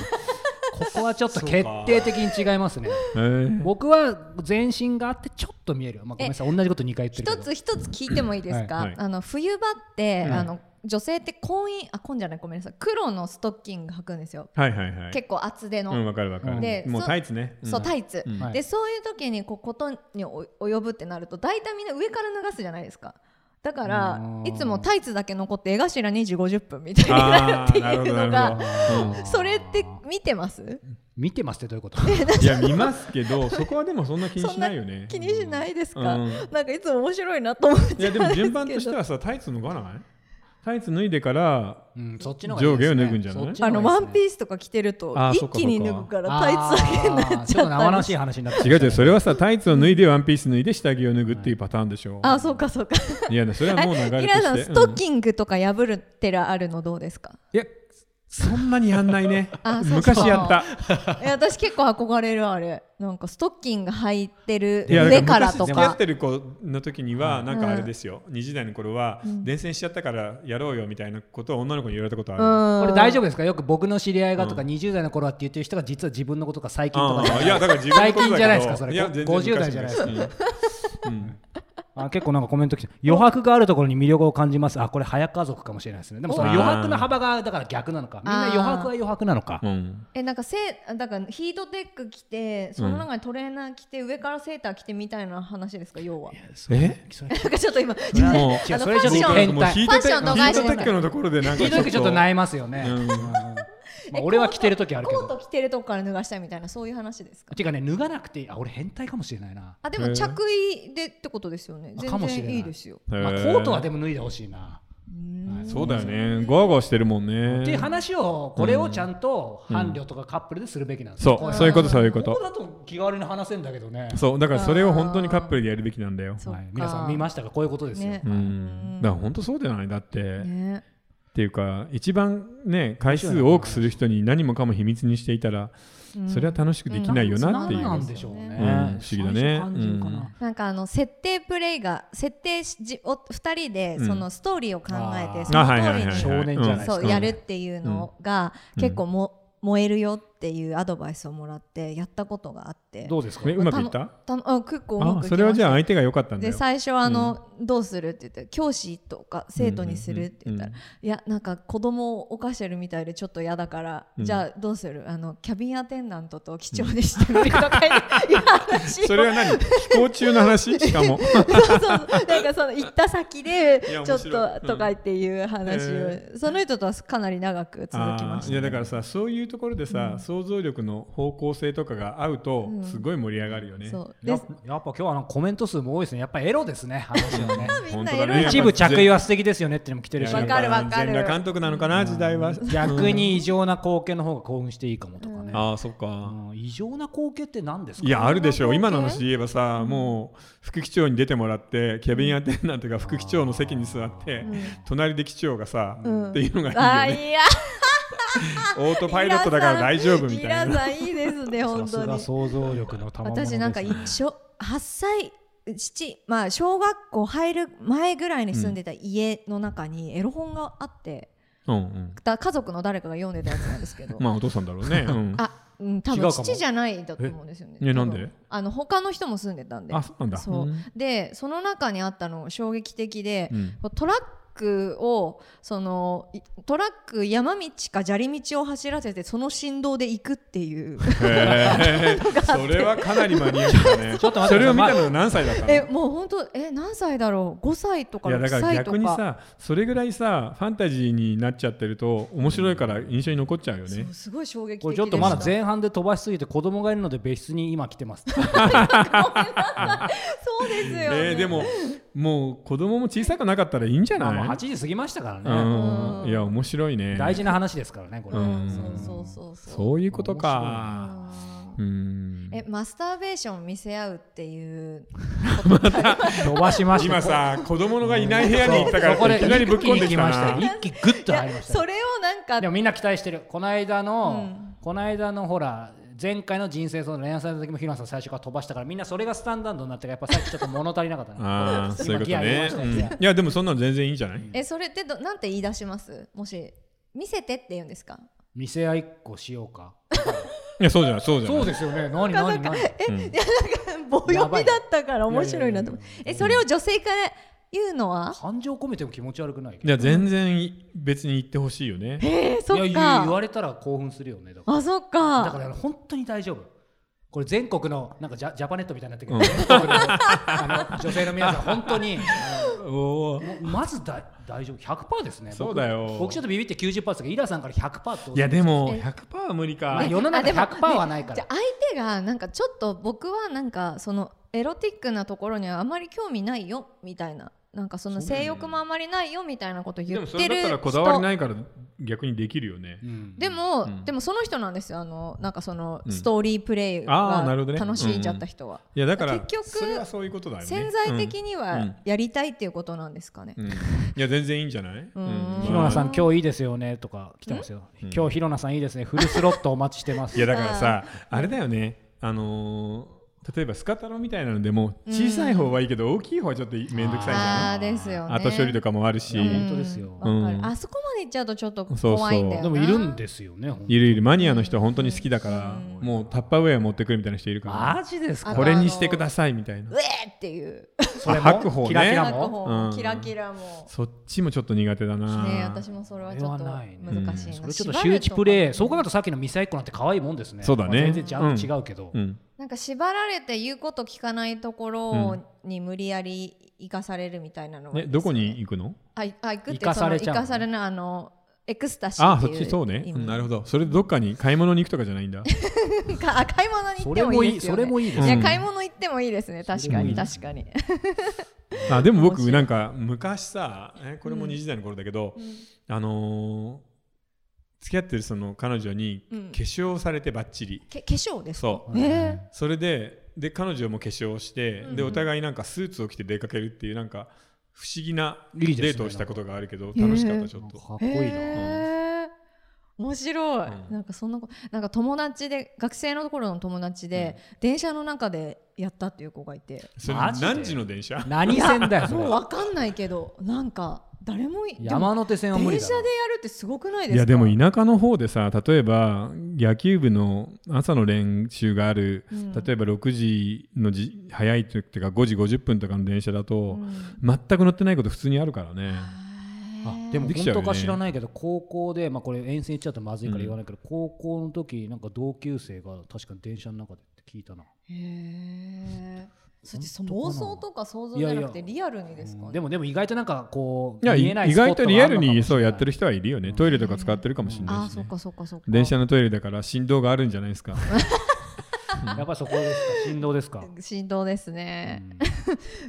Speaker 3: ここはちょっと決定的に違いますね
Speaker 1: えー
Speaker 3: 僕は全身があってちょっと見える、まあ、ごめんなさい同じこと2回言って
Speaker 2: 一
Speaker 3: るけど
Speaker 2: つ一つ聞いてもいいですか、
Speaker 1: はいはい
Speaker 2: あの冬場って、
Speaker 1: うん
Speaker 2: あの女性って紺色あ紺じゃないごめんなさい黒のストッキング履くんですよ、
Speaker 1: はいはいはい
Speaker 2: 結構厚手の、
Speaker 1: うんわかるわかる
Speaker 2: で
Speaker 1: もう
Speaker 2: そ
Speaker 1: タイツね
Speaker 2: そうタ
Speaker 1: イ
Speaker 2: イツ、
Speaker 1: うん
Speaker 3: はい
Speaker 2: でそういう時にこうことにお及ぶってなると大体みんな上から脱がすじゃないですかだから
Speaker 3: うん
Speaker 2: いつもタイツだけ残って絵頭2時50分みたいにな
Speaker 1: あ
Speaker 2: るっ
Speaker 1: ー
Speaker 2: て
Speaker 1: なるほ
Speaker 2: い
Speaker 1: ど
Speaker 2: うの
Speaker 1: なる
Speaker 2: が
Speaker 1: ほどうん
Speaker 2: それって見てます
Speaker 3: 見てますってどういうこと
Speaker 1: いや見ますけどそこはでもそんな気にしないよね
Speaker 2: 気にしないですか、
Speaker 1: うん
Speaker 2: なんかいつも面白いなと思っ
Speaker 1: い
Speaker 2: て
Speaker 1: やでも順番としてはさタイツ脱がないタイツ脱いでから
Speaker 3: うん、そっちの方がいいです
Speaker 1: 上下を
Speaker 3: ね
Speaker 1: 脱ぐんじゃない
Speaker 3: そっち
Speaker 2: あの
Speaker 3: の方が
Speaker 2: ワ
Speaker 3: いい
Speaker 2: ン
Speaker 3: ですね
Speaker 2: ピースとか着てると
Speaker 1: あーそ
Speaker 2: 一
Speaker 1: っか
Speaker 2: 気に脱ぐからタ
Speaker 3: あ
Speaker 2: イツだけになっちゃった
Speaker 3: ー
Speaker 2: りし
Speaker 3: ち
Speaker 2: て
Speaker 3: ょっと生々しい話になってきま
Speaker 1: 違う
Speaker 3: した
Speaker 1: 違
Speaker 3: ね
Speaker 1: うそれはさタイツを脱いでワンピース脱いで下着を脱ぐっていうパターンでしょ
Speaker 2: あ、そうかそうか。
Speaker 1: いやそれはもう流れとして
Speaker 2: イラさん、ストッ
Speaker 1: ン
Speaker 2: キングとか破るってらあるのどうですか。
Speaker 1: いやそんなにやんないね
Speaker 2: あそうそう
Speaker 1: 昔やった
Speaker 2: いや、私結構憧れるあれ。なんかストッキング履いてる
Speaker 1: いや
Speaker 2: 上
Speaker 1: だ
Speaker 2: から
Speaker 1: 昔
Speaker 2: と
Speaker 1: 付き合っ
Speaker 2: か。
Speaker 1: てる子の時には
Speaker 3: うん
Speaker 1: なんかあれですよ20代の頃は
Speaker 2: うん
Speaker 1: 伝染しちゃったからやろうよみたいなことを女の子に言われたことある
Speaker 2: こ
Speaker 3: これ大丈
Speaker 2: 夫。
Speaker 3: 夫ですかよく僕の知り合いがとか
Speaker 1: う
Speaker 3: 20代の頃はって言ってる人が実は自分のことか最近とか
Speaker 1: あ
Speaker 3: じゃ
Speaker 1: あ
Speaker 3: ない
Speaker 1: いやだから自分のことだけど
Speaker 3: 最近じゃないですかそれ
Speaker 1: や全然昔
Speaker 3: 50代じゃないですか
Speaker 1: 昔うんうん
Speaker 3: あ結構なんかコメント来て余白があるところに魅力を感じますあこれ早家族かもしれないですねでもその
Speaker 1: お
Speaker 3: 余白の幅がだから逆なのかみんな余白は余白なのか
Speaker 1: うん
Speaker 2: え、なんかせい、だからヒートテック着て、その中にトレーナー着て、上からセーター着てみたいな話ですか、要は。
Speaker 1: え
Speaker 3: それ
Speaker 2: なんかちょっと今、
Speaker 3: それは
Speaker 1: もう
Speaker 3: 違う
Speaker 2: あの
Speaker 3: それちょっ
Speaker 2: ファッショ
Speaker 3: と
Speaker 2: ン
Speaker 3: 変
Speaker 1: もう
Speaker 3: 態
Speaker 1: ヒ
Speaker 3: ヒ
Speaker 1: ー
Speaker 3: ー
Speaker 1: トテッ
Speaker 2: ファッション
Speaker 1: ク
Speaker 2: の
Speaker 1: ヒ
Speaker 2: 会
Speaker 1: ー
Speaker 2: 社
Speaker 1: トテックのところでなんか
Speaker 3: トテックちょっと萎えますよね、
Speaker 1: うん
Speaker 3: まあ、俺は着てる時あるけ
Speaker 2: コー
Speaker 3: ど
Speaker 2: ト着てるとこから脱がしたいみたいな、そういう話ですか。
Speaker 3: ていうかね脱がなくていいあ俺変態かもしれないな、
Speaker 2: あ、でも
Speaker 1: へー
Speaker 2: 着衣でってことですよね。
Speaker 3: あか
Speaker 2: 全
Speaker 3: もしれ
Speaker 2: 然
Speaker 3: ない
Speaker 2: いいですよ。
Speaker 1: へ
Speaker 3: まあ、コ
Speaker 1: ー
Speaker 3: ートはでも脱いでほしいな、
Speaker 2: うん
Speaker 3: はい
Speaker 1: そうだよねゴワゴワしてるもんね
Speaker 3: っていう話をこれをちゃんと伴侶とかカップルでするべきなんですよ、
Speaker 1: そう
Speaker 3: こ
Speaker 1: そういうことそういうこ
Speaker 3: ことだと気軽に話せんだけどね、
Speaker 1: そうだからそれを本当にカップルでやるべきなんだよ
Speaker 2: そっ
Speaker 3: は
Speaker 2: か
Speaker 3: い、皆さん見ましたかこういうことですよ、
Speaker 2: ね
Speaker 1: う。んだから本当そうじゃないだって、
Speaker 2: ね。
Speaker 1: っていうか一番ね回数多くする人に何もかも秘密にしていたら、
Speaker 2: うん
Speaker 1: それは楽しくできないよなっていう、
Speaker 2: うん
Speaker 3: なんでしょうね、
Speaker 2: うん
Speaker 1: 不思議だね
Speaker 3: 最初感じるかな
Speaker 1: うん
Speaker 2: なんかあの設定プレイが設定しじお2人で
Speaker 1: うん
Speaker 2: そのストーリーを考えて、
Speaker 3: あー
Speaker 2: その
Speaker 1: あ
Speaker 2: 通
Speaker 1: はい
Speaker 2: りに、
Speaker 1: はいはい
Speaker 3: 少年じゃないですか
Speaker 2: そうやるっていうのが、
Speaker 1: うん
Speaker 2: 結構も、燃えるよっていうアドバイスをもらってやったことがあって
Speaker 3: どうですか
Speaker 1: うんえうまくいった
Speaker 2: たのあ結構うまくいき
Speaker 1: あ
Speaker 2: ました
Speaker 1: それはじゃあ相手が良かったんだ
Speaker 2: で
Speaker 1: よ
Speaker 2: 最初はあの、どうするって言って教師とか生徒にするって言ったら、
Speaker 1: うんうん
Speaker 2: いやなんか子供を犯してるみたいでちょっと嫌だから、
Speaker 1: うん
Speaker 2: じゃあどうするあのキャビンアテンダントと貴重でしてみると か言っていう話を
Speaker 1: それは何飛行中の話しかも
Speaker 2: そうそうそうなんかその行った先で
Speaker 1: い
Speaker 2: ちょ
Speaker 1: や
Speaker 2: っ
Speaker 1: 面白い
Speaker 2: ととかっていう話を、
Speaker 1: うんえ
Speaker 2: その人とはかなり長く続き
Speaker 1: あ
Speaker 2: まし
Speaker 1: ー
Speaker 2: た
Speaker 1: い
Speaker 2: ね、
Speaker 1: やだからさそういうところでさ、
Speaker 2: うん
Speaker 1: そ想像力の方向性とかが合うと
Speaker 2: うん
Speaker 1: すごい盛り上がるよね、
Speaker 2: そう
Speaker 3: や
Speaker 2: で
Speaker 3: っぱやっぱ今日はあのコメント数も多いですね。やっぱエロですね。話はね。
Speaker 2: みん
Speaker 1: 本
Speaker 2: な
Speaker 1: 当だ
Speaker 2: エロ
Speaker 1: ね
Speaker 2: い
Speaker 3: 一部着衣は素敵ですよねっていうのも来てるし。
Speaker 2: わかるわかる
Speaker 1: 全裸監督なのかな時代は
Speaker 3: 逆に異常な光景の方が興奮していいかもとかね。
Speaker 1: ああそっか、
Speaker 3: うん異常な光景って何ですか
Speaker 1: いやあるでしょう今の話で言えばさ、もう副機長に出てもらってキャビンアテンダントが副機長の席に座って、隣で機長がさ、
Speaker 2: うん
Speaker 1: っていうのがいい
Speaker 2: あ
Speaker 1: よ
Speaker 2: あ
Speaker 1: ね、
Speaker 2: いや
Speaker 1: オートパイロットだから大丈夫みたいな
Speaker 2: 皆さんいいですね
Speaker 3: さ
Speaker 2: 本
Speaker 3: す
Speaker 2: 当
Speaker 3: が
Speaker 2: に
Speaker 3: 想像力の賜物です
Speaker 2: 私
Speaker 3: ね
Speaker 2: なんか一緒8歳父まあ小学校入る前ぐらいに住んでた家の中にエロ本があって、
Speaker 1: うんうん
Speaker 2: だ家族の誰かが読んでたやつなんですけど、
Speaker 1: まあお父さんだろうね、うん、 あ
Speaker 2: あ、うん、多
Speaker 3: 違
Speaker 2: 分
Speaker 3: うかも
Speaker 2: 父じゃないだと思うんですよね
Speaker 1: えね
Speaker 2: 多分
Speaker 1: なんで
Speaker 2: あの他の人も住んでたんで
Speaker 1: そうなんだ
Speaker 2: そう
Speaker 1: うん
Speaker 2: でその中にあったの衝撃的で、
Speaker 1: うん
Speaker 2: こうトラックをそのいトラック山道か砂利道を走らせてその振動で行くってい
Speaker 1: へ
Speaker 2: う
Speaker 1: ーそれはかなりマニアックだ ね
Speaker 3: ちょっと待
Speaker 1: そ
Speaker 3: ってください
Speaker 1: れを見たのは何歳だったの
Speaker 2: えもう本当え何歳だろう5歳とか
Speaker 1: いや
Speaker 2: 6
Speaker 1: だ
Speaker 2: 歳と
Speaker 1: か
Speaker 2: から
Speaker 1: 逆にさそれぐらいさファンタジーになっちゃってると面白いから印象に残っちゃうよ
Speaker 2: そ
Speaker 1: ね
Speaker 2: うすごい衝撃的
Speaker 3: こ
Speaker 2: でした
Speaker 3: れちょっとまだ前半で飛ばしすぎて子供がいるので別室に今来 てます。
Speaker 2: そうですよ、
Speaker 1: えー
Speaker 2: ね
Speaker 1: でももう子供も小さくなかったらいいんじゃ
Speaker 3: まあ
Speaker 1: ない
Speaker 3: もう8時過ぎましたから
Speaker 1: う
Speaker 3: ね。
Speaker 1: ん
Speaker 2: うん
Speaker 1: いや面白いね
Speaker 3: 大事な話ですからねこれ。
Speaker 1: うん
Speaker 2: そうそうそうそう
Speaker 1: そういうことか
Speaker 2: う
Speaker 1: う
Speaker 2: ん
Speaker 1: ん
Speaker 2: えマスターベーション見せ合うっていう
Speaker 3: 飛ばしました。
Speaker 1: 今さ子供がいない部屋に行ったから
Speaker 3: そう
Speaker 1: っていきなりぶっ込んで
Speaker 3: そこで
Speaker 1: き
Speaker 3: 一気に来
Speaker 1: た
Speaker 3: ました
Speaker 1: な
Speaker 3: よ一気グッと入りました
Speaker 2: そ
Speaker 3: よ。
Speaker 2: れをなんか
Speaker 3: でもみんな期待してる。この間の、
Speaker 2: うん
Speaker 3: この間のほら前回の人生その連載の時もヒロさん最初から飛ばしたからみんなそれがスタンダードになってからやっぱさっきちょっと物足りなかったな。
Speaker 1: ああ そういうこと
Speaker 3: 今ギア入れ
Speaker 1: ね
Speaker 3: まし
Speaker 1: う
Speaker 3: た
Speaker 1: ん
Speaker 3: ね
Speaker 1: いやでもそんなの全然いいんじゃない
Speaker 2: えそれってどなんて言い出しますもし見せてって言うんですか
Speaker 3: 見せ合いっこしよ うか。
Speaker 1: いやそうじゃないそうじゃない
Speaker 3: そうですよね。 何何何。
Speaker 2: 棒読みだったから面白いなと思って
Speaker 3: やばい
Speaker 2: えそれを女性から言うのは
Speaker 3: 感情込めても気持ち悪くない。
Speaker 1: いや全然い別に行ってほしいよね
Speaker 2: えー、そ
Speaker 3: いや
Speaker 2: っ
Speaker 3: 言う言
Speaker 2: か
Speaker 3: われたら興奮するよねだか
Speaker 2: あそっ
Speaker 3: らだ
Speaker 2: か
Speaker 3: か
Speaker 2: ら
Speaker 3: 本当に大丈夫これ全国のなんかジャジャパネットみたいになってるけ
Speaker 1: う
Speaker 3: ど、
Speaker 1: ん
Speaker 3: 全国のあの女性の皆さん本当に
Speaker 1: おー
Speaker 3: もうまずだ大丈夫100%ですね僕
Speaker 1: そうだよ
Speaker 3: 僕ちょっとビビって90%ですけどイラさんから100%って
Speaker 1: いやでも
Speaker 2: え
Speaker 1: 100%は無理
Speaker 3: まあ
Speaker 1: か
Speaker 3: 世の中
Speaker 2: あでも
Speaker 3: 100%はないか
Speaker 2: じゃ
Speaker 3: ら
Speaker 2: あ相手がなんかちょっと僕はなんかそのエロティックなところにはあまり興味ないよみたいななんかその性欲もあまりないよみたいなこと
Speaker 1: で
Speaker 2: 言
Speaker 1: も
Speaker 2: っ
Speaker 1: それ
Speaker 2: て
Speaker 1: だ
Speaker 2: る
Speaker 1: ったらこだわりないから逆にできるよね
Speaker 3: うん
Speaker 2: で
Speaker 1: う
Speaker 2: も、
Speaker 1: ん
Speaker 2: でもその人なんですよあのなんかその
Speaker 1: うん
Speaker 2: ストーリープレイ
Speaker 1: あーなるほどね
Speaker 2: が楽しんじゃった人は、
Speaker 1: いやだから
Speaker 2: 結局
Speaker 1: それはそういうことだよね
Speaker 2: 潜在的に
Speaker 1: う
Speaker 2: は
Speaker 1: ん
Speaker 2: やりたいっていうことなんですかね、
Speaker 1: うんうんいや全然いいんじゃない
Speaker 2: うん
Speaker 3: ヒロナさ
Speaker 1: ま
Speaker 3: ん今日いいですよねとか来てますよ
Speaker 1: うん
Speaker 3: 今日ヒロナさんいいですねフルスロットお待ちしてま
Speaker 1: あい
Speaker 3: す
Speaker 1: やだからさあれだよねあのー例えばスカタロみたいなのでも小さい方はいいけど大きい方はちょっと面倒くさいじゃ
Speaker 2: ああーですよね
Speaker 1: ない後処理とかもあるし
Speaker 3: いや本当ですよ
Speaker 2: うんわかる
Speaker 1: うん
Speaker 2: あそこまで行っちゃうとちょっと
Speaker 1: そう
Speaker 2: 怖いんだよ
Speaker 3: で
Speaker 2: な
Speaker 3: もいるんですよね本当に
Speaker 1: いるいるマニアの人は本当に好きだから
Speaker 2: うん
Speaker 1: もうタッパーウェア持ってくるみたいな人いるから
Speaker 3: マジです
Speaker 2: あ
Speaker 3: か
Speaker 1: これにしてくださいみたいな
Speaker 2: うえーっていう
Speaker 3: それも
Speaker 1: 白鵬ね
Speaker 3: キラ
Speaker 1: キ
Speaker 3: キラ
Speaker 1: ラ
Speaker 2: なんか
Speaker 3: も
Speaker 2: こう
Speaker 1: うん
Speaker 2: キラキラも、
Speaker 1: そっちもちょっと苦手だな
Speaker 2: ね私もそれはちょっと
Speaker 3: それは
Speaker 2: 難
Speaker 3: ないね
Speaker 2: しいな、
Speaker 3: それちょっと周知プレイそう考えるとさっきのミサイっ子なんて可愛いもんですね
Speaker 1: そうだね
Speaker 3: まあ全然ジャンル違うけど、
Speaker 1: うん
Speaker 2: なんか縛られて言うこと聞かないところに無理やり生かされるみたいなのは、
Speaker 1: ねどこに行くの
Speaker 2: あいあ行くって
Speaker 3: 生かされちゃう
Speaker 2: その生かされないあのエクスタシー
Speaker 1: あ
Speaker 2: って
Speaker 1: そ
Speaker 2: い
Speaker 1: っ
Speaker 2: う
Speaker 1: ちそうね
Speaker 2: 意
Speaker 1: う
Speaker 2: 味
Speaker 1: んなるほどそれでどっかに買い物に行くとかじゃないんだ
Speaker 2: かあ買い物に行
Speaker 3: そ
Speaker 2: っ
Speaker 3: れ
Speaker 2: て
Speaker 3: も
Speaker 2: もい
Speaker 3: い
Speaker 2: い
Speaker 3: い
Speaker 2: です
Speaker 3: そ
Speaker 2: よ、
Speaker 3: れ
Speaker 2: ね、
Speaker 3: もいいです
Speaker 2: い
Speaker 3: ね
Speaker 2: や買い物行ってもいいですね確かに確かに、
Speaker 1: あでも
Speaker 2: 面白
Speaker 1: 僕
Speaker 2: い
Speaker 1: なんか昔さえこれも
Speaker 2: うん
Speaker 1: 20代の頃だけど
Speaker 2: うん
Speaker 1: あのー付き合ってるその彼女に
Speaker 2: うん
Speaker 1: 化粧されてばっちり
Speaker 2: け化粧です
Speaker 1: そう
Speaker 2: えー
Speaker 1: それでで彼女も化粧して、
Speaker 2: うんうん
Speaker 1: でお互いなんかスーツを着て出かけるっていうなんか不思議ない
Speaker 3: いですね
Speaker 1: デートをしたことがあるけど
Speaker 2: なんか
Speaker 1: 楽しかっ
Speaker 2: へえ
Speaker 1: たちょっと、
Speaker 3: かっこいいな、
Speaker 2: へー面白い、
Speaker 1: うん
Speaker 2: なんかそんなこなんか友達で学生の頃の友達で、電車の中でやったっていう子がいて
Speaker 1: それ
Speaker 3: マジで
Speaker 1: 何時の電車
Speaker 3: 何線だよそ
Speaker 2: もう
Speaker 3: れ
Speaker 2: わかんないけどなんか誰もいでも
Speaker 3: 山手線は無理
Speaker 2: 電
Speaker 3: だ
Speaker 2: 車
Speaker 3: な
Speaker 2: でやるってすごくないです
Speaker 1: い
Speaker 2: か
Speaker 1: やでも
Speaker 2: い
Speaker 1: 田舎の方でさ例えば野球部の朝の練習がある、
Speaker 2: うん
Speaker 1: 例えば6時のじ早い時っていうか5時50分とかの電車だと、
Speaker 2: ん
Speaker 1: 全く乗ってないこと普通にあるからね
Speaker 3: あでも
Speaker 1: できちゃうよ
Speaker 3: 本当
Speaker 1: ね
Speaker 3: か知らないけど高校で、まあ、これ遠征行っちゃうとまずいから言わないけど、高校の時なんか同級生が確かに電車の中でって聞いたな
Speaker 2: へーそしてそ妄想とか想像じゃなくてリアルにですか、ね
Speaker 3: でもでも意外となんかこう
Speaker 1: いや
Speaker 3: 見えない
Speaker 1: 意外とリアルにそうやって
Speaker 3: る
Speaker 1: る人はいるよねトイレとか使ってるかもしれな
Speaker 2: あ
Speaker 1: い
Speaker 2: ー
Speaker 1: し、
Speaker 2: そ
Speaker 1: ね
Speaker 2: っかそっかそっか
Speaker 1: 電車のトイレだから振動があるんじゃないですか
Speaker 3: やっぱそこですか振動です か、
Speaker 2: 振動です
Speaker 3: う
Speaker 2: ね、
Speaker 3: ん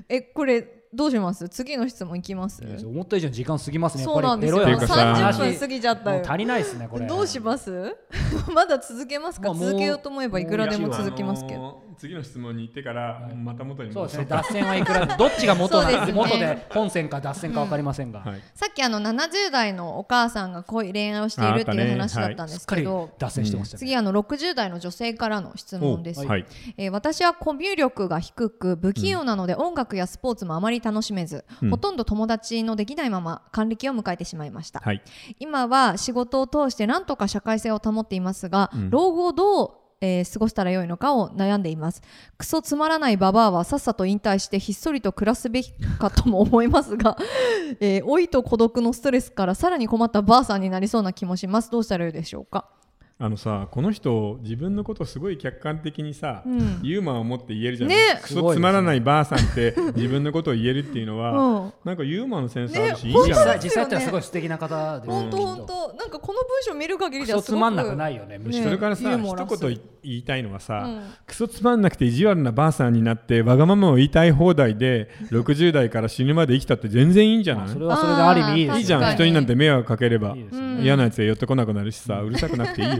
Speaker 2: えこれどうします次の質問いきます
Speaker 3: いや思った以上に時間過ぎますねや
Speaker 2: そ
Speaker 3: っ
Speaker 2: う
Speaker 3: ぱ
Speaker 2: なん
Speaker 3: り
Speaker 2: で
Speaker 3: エ
Speaker 2: すよ
Speaker 3: ロい話
Speaker 1: っていうかさ
Speaker 2: 30分過ぎちゃった
Speaker 3: もう
Speaker 2: よ
Speaker 3: 足りないですねこれ
Speaker 2: どうします まだ続けますか、
Speaker 3: まあもう
Speaker 2: 続けようと思えばいくらでも続きますけど、
Speaker 1: ど次の質問に行ってからまた元に
Speaker 3: そうですね
Speaker 1: か
Speaker 3: 脱線はいくらでどっちが
Speaker 2: そ
Speaker 3: 元
Speaker 2: う
Speaker 3: な
Speaker 2: ですね
Speaker 3: 元で本線か脱線かわかりませんが、
Speaker 1: はい
Speaker 2: さっきあの70代のお母さんが恋恋愛をしているっていう話だったんです
Speaker 3: っ
Speaker 2: す
Speaker 3: か
Speaker 2: け
Speaker 3: り
Speaker 2: ど、
Speaker 3: 脱線してましたね、
Speaker 2: 次あの60代の女性からの質問です、
Speaker 1: おはい
Speaker 2: えー私はコミュ力が低く不器用なので音楽やスポーツもあまり楽しめず、
Speaker 1: うん
Speaker 2: ほとんど友達のできないまま還暦を迎えてしまいました、
Speaker 1: はい
Speaker 2: 今は仕事を通して何とか社会性を保っていますが、
Speaker 1: うん
Speaker 2: 老後をどう、えー過ごしたらよいのかを悩んでいますクソつまらないババアはさっさと引退してひっそりと暮らすべきかとも思いますが、 えー老いと孤独のストレスからさらに困ったばあさんになりそうな気もしますどうしたらよいでしょうか
Speaker 1: あのさこの人自分のことすごい客観的にさ、
Speaker 2: うん
Speaker 1: ユーモアを持って言えるじゃん、
Speaker 2: ね
Speaker 1: クソつまらないばあさんって自分のことを言えるっていうのは、
Speaker 2: うん
Speaker 1: なんかユーモアのセンスあるし、
Speaker 2: ね
Speaker 1: いいじ
Speaker 3: 実
Speaker 1: ゃ
Speaker 3: 際
Speaker 1: ない
Speaker 3: 実際やったらすごい素敵な方です
Speaker 2: 本
Speaker 3: ね
Speaker 2: 当
Speaker 3: きっ
Speaker 2: 本
Speaker 3: と
Speaker 2: 当なんかこの文章見る限り
Speaker 3: ク
Speaker 2: じゃ
Speaker 3: ソ
Speaker 2: す
Speaker 3: つ
Speaker 2: ごく
Speaker 3: まんなくないよねむし
Speaker 1: そ
Speaker 3: ろ
Speaker 1: れから
Speaker 2: ユ
Speaker 1: さ
Speaker 2: ーモア
Speaker 1: 一
Speaker 2: ラス
Speaker 1: 言い言いたいのはさ、
Speaker 2: うん
Speaker 1: クソつまんなくて意地悪なばあさんになってわがままを言いたい放題で60代から死ぬまで生きたって全然いいんじゃな
Speaker 3: あそ
Speaker 1: い
Speaker 3: れはそれである意味いいです
Speaker 2: は
Speaker 3: ね
Speaker 1: いいじゃ
Speaker 2: 確
Speaker 1: ん
Speaker 2: かに
Speaker 1: 人になんて迷惑かければ
Speaker 3: いいですね
Speaker 2: うん
Speaker 1: 嫌なやつが寄ってこなくなるしさ、うるさくなくていいよ、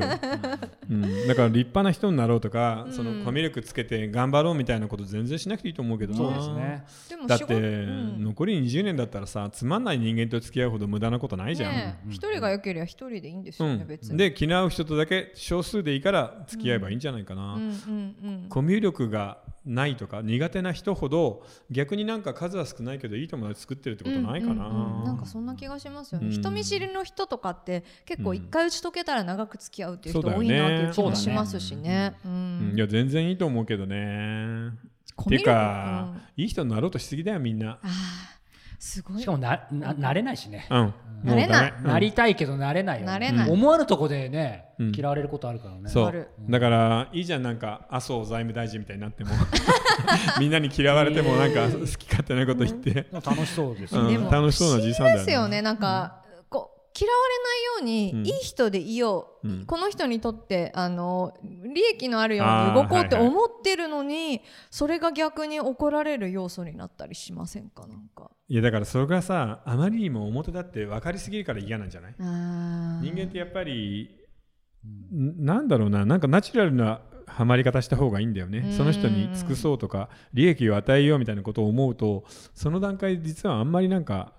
Speaker 1: うん、だから立派な人になろうとか、そのコミュ力つけて頑張ろうみたいなこと全然しなくていいと思うけどな
Speaker 3: そうですね
Speaker 2: でも
Speaker 1: だっ
Speaker 2: 仕
Speaker 1: て、
Speaker 2: 事うん
Speaker 1: 残り20年だったらさつまんない人間と付き合うほど無駄なことないじゃん、
Speaker 2: ねえ一人が良ければ一人でいいんです
Speaker 1: う
Speaker 2: よね、
Speaker 1: ん
Speaker 2: 別に
Speaker 1: で気の合う人とだけ少数でいいから付き合えばいいんじゃないかな、
Speaker 2: うんうん
Speaker 1: コミュ力がないとか苦手な人ほど逆になんか数は少ないけどいい友達作ってるってこ
Speaker 2: う
Speaker 1: と
Speaker 2: ん
Speaker 1: ないかな、
Speaker 2: うんうんうんなんかそんな気がしますよね、
Speaker 1: うん
Speaker 2: 人見知りの人とかって結構一回打ち解けたら長く付き合うっていう
Speaker 1: そ
Speaker 2: 人
Speaker 1: うだよ
Speaker 2: 多い
Speaker 1: ね
Speaker 2: なっていう気
Speaker 3: そうだ
Speaker 2: も
Speaker 3: ね
Speaker 2: しますしねう
Speaker 1: うん
Speaker 2: ん
Speaker 1: いや全然いいと思うけどね
Speaker 2: コ
Speaker 1: っ
Speaker 2: ミ
Speaker 1: ていう
Speaker 2: ュ力
Speaker 1: か、
Speaker 2: うんあ
Speaker 1: いい人になろうとしすぎだよみんな
Speaker 2: あすごい
Speaker 3: しかもなななれないしね
Speaker 1: うん
Speaker 2: な
Speaker 1: もう
Speaker 2: れない
Speaker 1: ダメうん
Speaker 3: なりたいけどなれないよね
Speaker 2: なれない
Speaker 3: 思わぬとこでね
Speaker 1: うん
Speaker 3: 嫌われることあるからね
Speaker 1: そ
Speaker 2: わか
Speaker 1: う
Speaker 2: る
Speaker 1: だからいいじゃんなんか麻生財務大臣みたいにな ってもみんなに嫌われてもなんか好き勝手なこと言って、
Speaker 3: 楽しそうです
Speaker 1: う
Speaker 3: ね
Speaker 1: ん
Speaker 2: でも
Speaker 1: 楽しそうなじいさんだよね
Speaker 2: ですよねなんか、こう嫌われないよう
Speaker 1: うん
Speaker 2: に、いい人でいよう、
Speaker 1: うん
Speaker 2: この人にとってあの利益のあるよう
Speaker 1: あ
Speaker 2: に
Speaker 1: ー
Speaker 2: 動こうって
Speaker 1: はいはい
Speaker 2: 思ってるのに、それが逆に怒られる要素になったりしませんかなんか
Speaker 1: いやだからそれがさあまりにも表だって分かりすぎるから嫌なんじゃない
Speaker 2: あ
Speaker 1: 人間ってやっぱりんなんだろうななんかナチュラルなハマり方した方がいいんだよ
Speaker 2: うん
Speaker 1: ねその人に尽くそうとか利益を与えようみたいなことを思うとその段階で実はあんまりなんか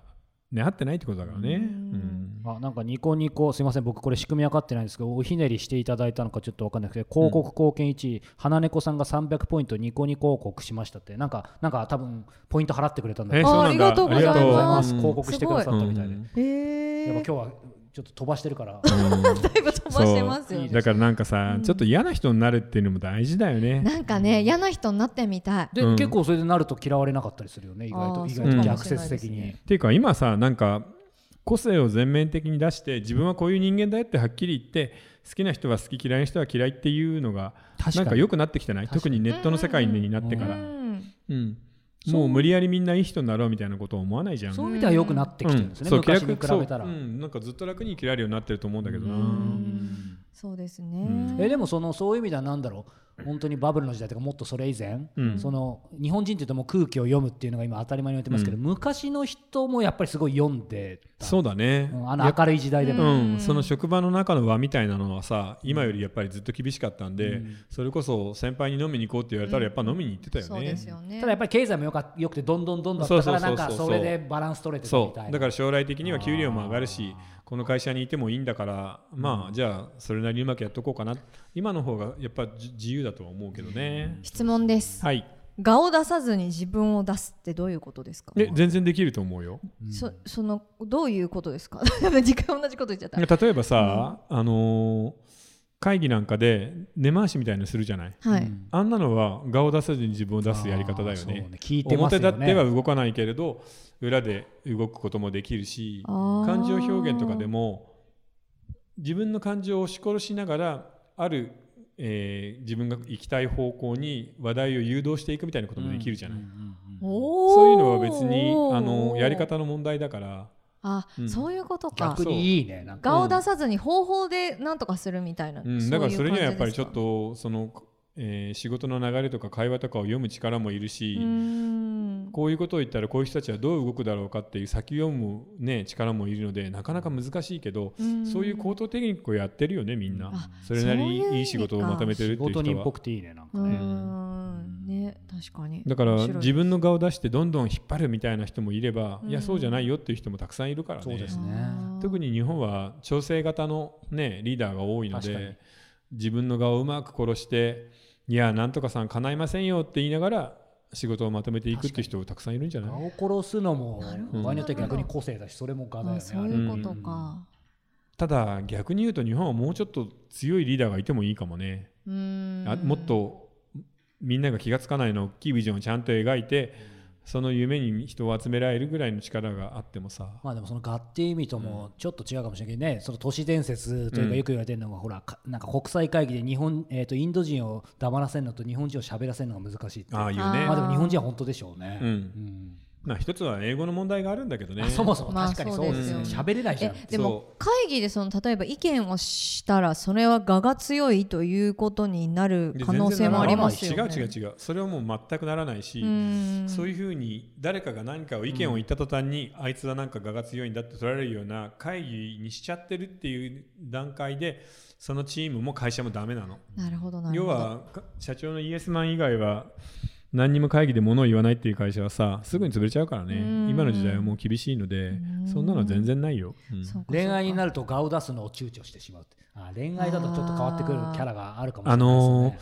Speaker 1: ね合ってないってことだからね、
Speaker 2: うん
Speaker 1: うん
Speaker 3: あなんかニコニコすいません僕これ仕組み分かってないんですけどおひねりしていただいたのかちょっと分かんなくて広告貢献1位、花猫さんが300ポイントニコニコ広告しましたってなんかなんか多分ポイント払ってくれたんだ
Speaker 1: え
Speaker 3: と
Speaker 1: そうなんだ
Speaker 2: ありがとうございます
Speaker 1: ありがとう
Speaker 2: うん
Speaker 3: 広告してくださったみたいで、
Speaker 1: うん
Speaker 2: へ
Speaker 3: やっぱ
Speaker 2: え
Speaker 3: 今日はちょっと飛ばしてるから
Speaker 2: だいぶ飛ばしてますよ
Speaker 1: そう
Speaker 2: ね
Speaker 1: だからなんかさ、
Speaker 2: うん
Speaker 1: ちょっと嫌な人になるっていうのも大事だよね
Speaker 2: なんかね嫌な人になってみたい
Speaker 3: で、
Speaker 1: うん
Speaker 3: 結構それでなると嫌われなかったりするよね意外
Speaker 2: あ
Speaker 3: と
Speaker 2: ー
Speaker 3: 意外
Speaker 1: そう
Speaker 3: と
Speaker 1: か
Speaker 3: 逆説的に、
Speaker 1: っていうか今さなんか個性を全面的に出して自分はこういう人間だよってはっきり言って好きな人は好き嫌いな人は嫌いっていうのが
Speaker 3: 確か
Speaker 1: な
Speaker 3: に
Speaker 1: んか良くなってきてない特にネットの世界になって
Speaker 2: う
Speaker 1: から、
Speaker 2: ん
Speaker 1: うんもう無理やりみんないい人になろうみたいなことを思わないじゃん。
Speaker 3: そううんいう意味では良くなってきてるんですね、
Speaker 1: そう
Speaker 3: 昔に比
Speaker 1: 気楽
Speaker 3: べたら、
Speaker 1: そううんなんかずっと楽に生きられるようになってると思うんだけどな、
Speaker 2: うんそうですね
Speaker 3: えでもそのそういう意味では何だろう本当にバブルの時代とかもっとそれ以前、
Speaker 1: うん
Speaker 3: その日本人っていうともう空気を読むっていうのが今当たり前に言われてますけど、昔の人もやっぱりすごい読んでた
Speaker 1: そうだね、
Speaker 3: うんあの明るい時代でも、
Speaker 1: うん
Speaker 2: うん
Speaker 1: その職場の中の輪みたいなのはさ今よりやっぱりずっと厳しかったんで、
Speaker 3: うん
Speaker 1: それこそ先輩に飲みに行こうって言われたらやっぱ飲みに行ってたよね。
Speaker 2: そうですよね
Speaker 3: ただやっぱり経済もよかよくてどんどんどんどんだったから
Speaker 1: そ
Speaker 3: な
Speaker 1: うんそうそう
Speaker 3: か
Speaker 1: そう
Speaker 3: それでバランス取れてたみ
Speaker 1: そ
Speaker 3: たいうな
Speaker 1: だから将来的には給料も上がるしこの会社にいてもいいんだからまあじゃあそれなりにうまくやっとこうかな今の方がやっぱじ自由だとは思うけどね、
Speaker 2: 質問です
Speaker 1: はい
Speaker 2: 顔を出さずに自分を出すってどういうことですか
Speaker 1: で全然できると思うよ
Speaker 2: そそのどういうことですか 時間同じこと言っちゃった
Speaker 1: 例えばさ、あのー会議なんかで根回しみたいのするじゃない
Speaker 2: はい、
Speaker 1: あんなのは顔出さずに自分を出すやり方だよ
Speaker 3: あーそう
Speaker 1: ね
Speaker 3: 聞いてます
Speaker 1: 表
Speaker 3: よ
Speaker 1: 立
Speaker 3: ね
Speaker 1: っては動かないけれど裏で動くこともできるし
Speaker 2: あー
Speaker 1: 感情表現とかでも自分の感情を押し殺しながらあるえー自分が行きたい方向に話題を誘導していくみたいなこともできるじゃない、そう
Speaker 2: そ
Speaker 1: いうのは別にあのやり方の問題だから
Speaker 2: あ、
Speaker 1: うん
Speaker 2: そういうことか
Speaker 3: 逆にいいねなんか
Speaker 2: 顔を出さずに方法でなんとかするみたいな、
Speaker 1: うん、だからそれにはやっぱりちょっ
Speaker 2: と
Speaker 1: とその、えー仕事の流れとか会話とかを読む力もいるし、
Speaker 2: うん
Speaker 1: こういうことを言ったらこういう人たちはどう動くだろうかっていう先読む、ね、力もいるのでなかなか難しいけど、
Speaker 2: うん
Speaker 1: そういう高等テクニックをやってるよねみんな、
Speaker 2: あ
Speaker 1: それなりに
Speaker 2: そういう意味か
Speaker 1: いい仕事をまとめてるって
Speaker 3: 仕
Speaker 1: いう
Speaker 3: 事人
Speaker 1: 人
Speaker 3: っ
Speaker 1: は
Speaker 3: ぽ。くていいねなんか
Speaker 2: う
Speaker 3: ね
Speaker 2: んね確かに
Speaker 1: だから
Speaker 2: 面白い
Speaker 1: 自分の顔出してどんどん引っ張るみたいな人もいれば、
Speaker 2: うん
Speaker 1: いやそうじゃないよっていう人もたくさんいるからね
Speaker 3: そうですね
Speaker 2: あー
Speaker 1: 特に日本は調整型の、ね、リーダーが多いの
Speaker 3: 確かに
Speaker 1: で自分の顔をうまく殺していやなんとかさん叶いませんよって言いながら仕事をまとめていくっていう人たくさんいるんじゃない
Speaker 3: 顔殺すのも
Speaker 2: なるほ
Speaker 1: ど
Speaker 3: 場合によっては逆に個性だしそれも画だよ
Speaker 2: あ
Speaker 3: ね
Speaker 2: そういうことか
Speaker 1: ただ逆に言うと日本はもうちょっと強いリーダーがいてもいいかもね、
Speaker 2: うん
Speaker 1: あもっとみんなが気がつかないの大きいビジョンをちゃんと描いてその夢に人を集められるぐらいの力があってもさ、
Speaker 3: まあでもその合っていう意味ともちょっと違うかもしれないけどね、その都市伝説という
Speaker 1: う
Speaker 3: か
Speaker 1: ん
Speaker 3: よく言われてるのが、ほらかなんか国際会議で日本、えー、とインド人を黙らせるのと日本人を喋らせるのが難しいって
Speaker 1: ああいうね
Speaker 2: ー
Speaker 3: まあでも日本人は本当でしょうね、
Speaker 1: うん
Speaker 3: うん
Speaker 1: まあ、一つは英語の問題があるんだけどね
Speaker 3: あそもそも
Speaker 2: まあ
Speaker 3: 確かにそうです
Speaker 1: そう
Speaker 3: ね
Speaker 1: です
Speaker 3: 喋、
Speaker 2: よ
Speaker 3: れないじゃん
Speaker 2: えでも
Speaker 1: そ
Speaker 2: 会議でその例えば意見をしたらそれは我が強いということになる
Speaker 1: で
Speaker 2: 可能性もありますよ
Speaker 1: 全然
Speaker 2: ね
Speaker 1: ならない違う違う違うそれはもう全くならないし、
Speaker 2: うん
Speaker 1: そういうふうに誰かが何かを意見を言った途端に、あいつはなんか我が強いんだって取られるような会議にしちゃってるっていう段階でそのチームも会社もダメなの。
Speaker 2: なるほどなる
Speaker 1: 要
Speaker 2: ほど
Speaker 1: はか社長のイエスマン以外は何にも会議で物を言わないっていう会社はさすぐに潰れちゃうからね
Speaker 2: うん
Speaker 1: 今の時代はもう厳しいので
Speaker 2: うん
Speaker 1: そんなのは全然ないよ。うん
Speaker 2: そうか
Speaker 3: 恋愛に
Speaker 2: そうか
Speaker 3: なると顔を出すのを躊躇してしまうってあ恋愛だとちょっと変わってくるキャラがあるかもしれないで
Speaker 1: あ
Speaker 3: すよね、
Speaker 1: のー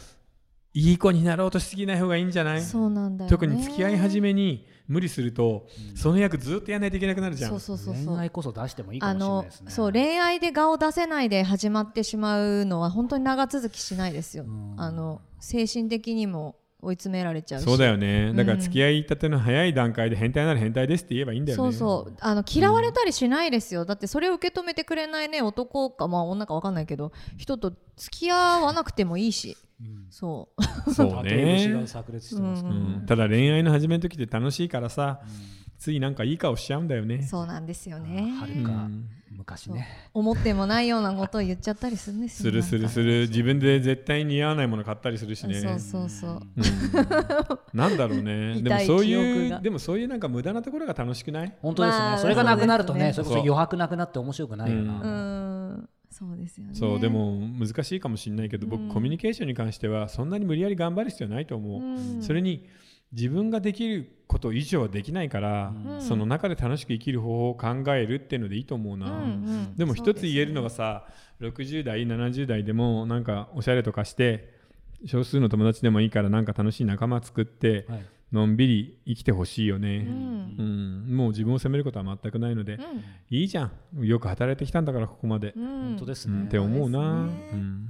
Speaker 1: いい子になろうとしすぎない方がいいんじゃない
Speaker 2: そうなんだよね
Speaker 1: 特に付き合い始めに無理すると、その役ずっとやらないといけなくなるじゃん
Speaker 2: そうそうそうそう
Speaker 3: 恋愛こそ出してもいいか
Speaker 2: あ
Speaker 3: もしれない
Speaker 2: の
Speaker 3: ですね
Speaker 2: そう恋愛で顔出せないで始まってしまうのは本当に長続きしないですよ
Speaker 3: ん
Speaker 2: あの精神的にも追い詰められちゃうし
Speaker 1: そうだよねだから
Speaker 2: うん
Speaker 1: 付き合いたての早い段階で変態なら変態ですって言えばいいんだよね
Speaker 2: そうそうあの嫌われたりしないですよ、だってそれを受け止めてくれないね男かまあ女かわかんないけど人と付き合わなくてもいいし、そう
Speaker 1: そう
Speaker 3: そう
Speaker 1: ね
Speaker 3: ね炸裂してます
Speaker 1: う
Speaker 3: か
Speaker 1: ん
Speaker 3: ら、
Speaker 1: ただ恋愛の始めの時って楽しいからさ、ついなんかいい顔しちゃうんだよね
Speaker 2: そうなんですよね
Speaker 3: は
Speaker 1: う
Speaker 3: るか
Speaker 1: ん
Speaker 3: 昔ね、
Speaker 2: 思ってもないようなことを言っちゃったりするんです
Speaker 1: す
Speaker 2: よ
Speaker 1: るするす
Speaker 2: る
Speaker 1: る自分で絶対に似合わないもの買ったりするしね
Speaker 2: そうそうそう
Speaker 1: うんなんだろう ねでも
Speaker 2: 痛い
Speaker 1: そう
Speaker 2: 記
Speaker 1: い
Speaker 2: 憶
Speaker 1: う
Speaker 2: が
Speaker 1: でもそういうなんか無駄なところが楽しくない
Speaker 3: 本当ですね、
Speaker 2: まあ
Speaker 3: それがなくなるとね
Speaker 2: そ
Speaker 3: そ
Speaker 1: ですね
Speaker 3: れこそ余白なくなって面白くないよな、
Speaker 2: うーんそうですよね
Speaker 1: そうでも難しいかもしれないけど僕、
Speaker 2: うん
Speaker 1: コミュニケーションに関してはそんなに無理やり頑張る必要ないと思う、
Speaker 2: うん
Speaker 1: それに自分ができること以上はできないから、
Speaker 2: うん
Speaker 1: その中で楽しく生きる方法を考えるっていうのでいいと思うな、
Speaker 2: うんうん
Speaker 1: でも
Speaker 2: そう
Speaker 1: 一
Speaker 2: す
Speaker 1: つ言えるのがさ、60代70代でもなんかおしゃれとかして少数の友達でもいいからなんか楽しい仲間作って
Speaker 3: はい
Speaker 1: のんびり生きてほしいよね、
Speaker 2: う
Speaker 1: うん
Speaker 2: ん
Speaker 1: もう自分を責めることは全くないので、
Speaker 2: うん
Speaker 1: いいじゃんよく働いてきたんだからここまで、
Speaker 2: うん
Speaker 3: 本当です
Speaker 1: う
Speaker 3: ね、
Speaker 1: んって思うな、
Speaker 2: そうですね
Speaker 1: うん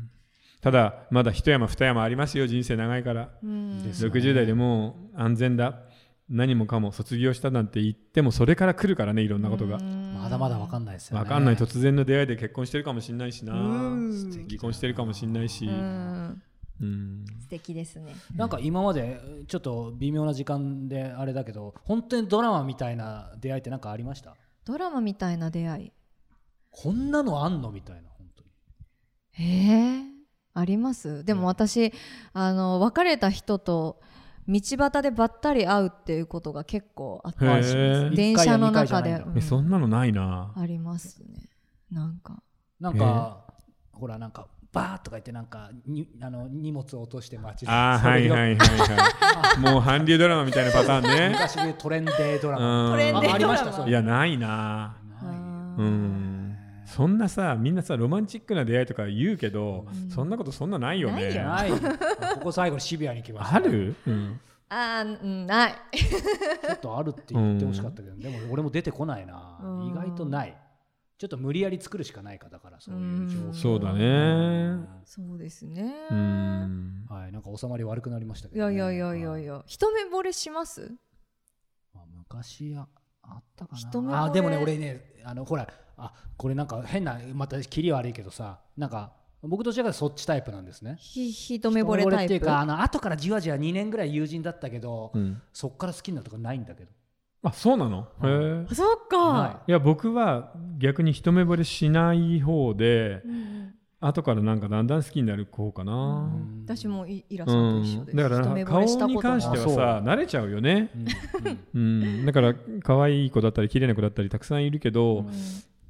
Speaker 1: ただまだ一山二山ありますよ人生長いから、
Speaker 2: うん
Speaker 3: ですよね
Speaker 1: 60代でもう安全だ何もかも卒業したなんて言ってもそれから来るからねいろんなことが、
Speaker 3: まだまだわかんないですよね
Speaker 1: わかんない突然の出会いで結婚してるかもしんないしな
Speaker 2: うん
Speaker 1: 離婚してるかもしんないし、
Speaker 2: うん
Speaker 1: うん
Speaker 2: 素敵ですね
Speaker 3: なんか今までちょっと微妙な時間であれだけど本当にドラマみたいな出会いってなんかありました
Speaker 2: ドラマみたいな出会い
Speaker 3: こんなのあんのみたいな本当に
Speaker 2: へえありますでも私、あの別れた人と道端でばったり会うっていうことが結構あったりしま
Speaker 1: へ
Speaker 2: す
Speaker 1: え
Speaker 2: 電車の中
Speaker 3: 一回
Speaker 2: で、
Speaker 3: や二回じゃないんだ
Speaker 2: うん
Speaker 1: えそんなのないな、
Speaker 2: ありますねなんか
Speaker 3: なんか、ほらなんかバーとか言ってなんかにあの荷物を落として街で
Speaker 1: あー
Speaker 3: そ
Speaker 1: は
Speaker 3: れ
Speaker 1: い
Speaker 3: よ
Speaker 1: はいはいはいもう韓流ドラマみたいなパターンね
Speaker 3: 昔でいうトレンデードラマ、
Speaker 1: うん
Speaker 2: トレンデ
Speaker 3: ああ
Speaker 2: ー
Speaker 3: り
Speaker 2: ド
Speaker 3: ました
Speaker 2: ラ
Speaker 3: そう
Speaker 2: マ
Speaker 1: いやないな
Speaker 2: あー
Speaker 1: うんそんなさみんなさロマンチックな出会いとか言うけど、そんなことそんなないよね
Speaker 2: ないよ
Speaker 3: ないよここ最後にシビアに来ました
Speaker 1: ある、うん
Speaker 2: あーうんない
Speaker 3: ちょっとあるって言ってほしかったけど、でも俺も出てこないな、
Speaker 2: うん
Speaker 3: 意外とないちょっと無理やり作るしかないかだからそういう情報、
Speaker 2: うん
Speaker 1: そうだ
Speaker 3: うん
Speaker 1: ね
Speaker 2: そうですね
Speaker 1: うん
Speaker 3: はいなんか収まり悪くなりましたけ
Speaker 2: いや
Speaker 3: どね、
Speaker 2: いやいやいやいや一目惚れします
Speaker 3: まあ、昔ああったか
Speaker 2: 一目
Speaker 3: な
Speaker 2: 惚れ
Speaker 3: あでもね俺ねあのほらあこれなんか変なまた切り悪いけどさなんか僕どちらかというとそっちタイプなんですね。
Speaker 2: ひ一目惚れタ
Speaker 3: っ
Speaker 2: イ
Speaker 3: ていう
Speaker 2: プ
Speaker 3: かあの後からじわじわ2年ぐらい友人だったけど、
Speaker 1: うん
Speaker 3: そっから好きになるとかないんだけど。
Speaker 1: あそうなの、
Speaker 3: うん
Speaker 1: へえ
Speaker 2: あそっか、
Speaker 3: はい
Speaker 1: や僕は逆に一目惚れしない方で
Speaker 2: うんうん
Speaker 1: 後からなんかだんだん好きになる方か
Speaker 3: い
Speaker 1: な、
Speaker 3: うん
Speaker 2: 私もイイラ
Speaker 1: う
Speaker 2: さんと一緒
Speaker 1: ん
Speaker 2: です、
Speaker 1: だから
Speaker 2: 一目惚
Speaker 1: 顔
Speaker 2: れした
Speaker 1: に
Speaker 2: ことな
Speaker 1: 関
Speaker 2: い
Speaker 1: しては
Speaker 3: そう
Speaker 1: さ慣れちゃうよね、
Speaker 3: うん うん
Speaker 1: うん、だから可愛い子だったり綺麗な子だったりたくさんいるけど、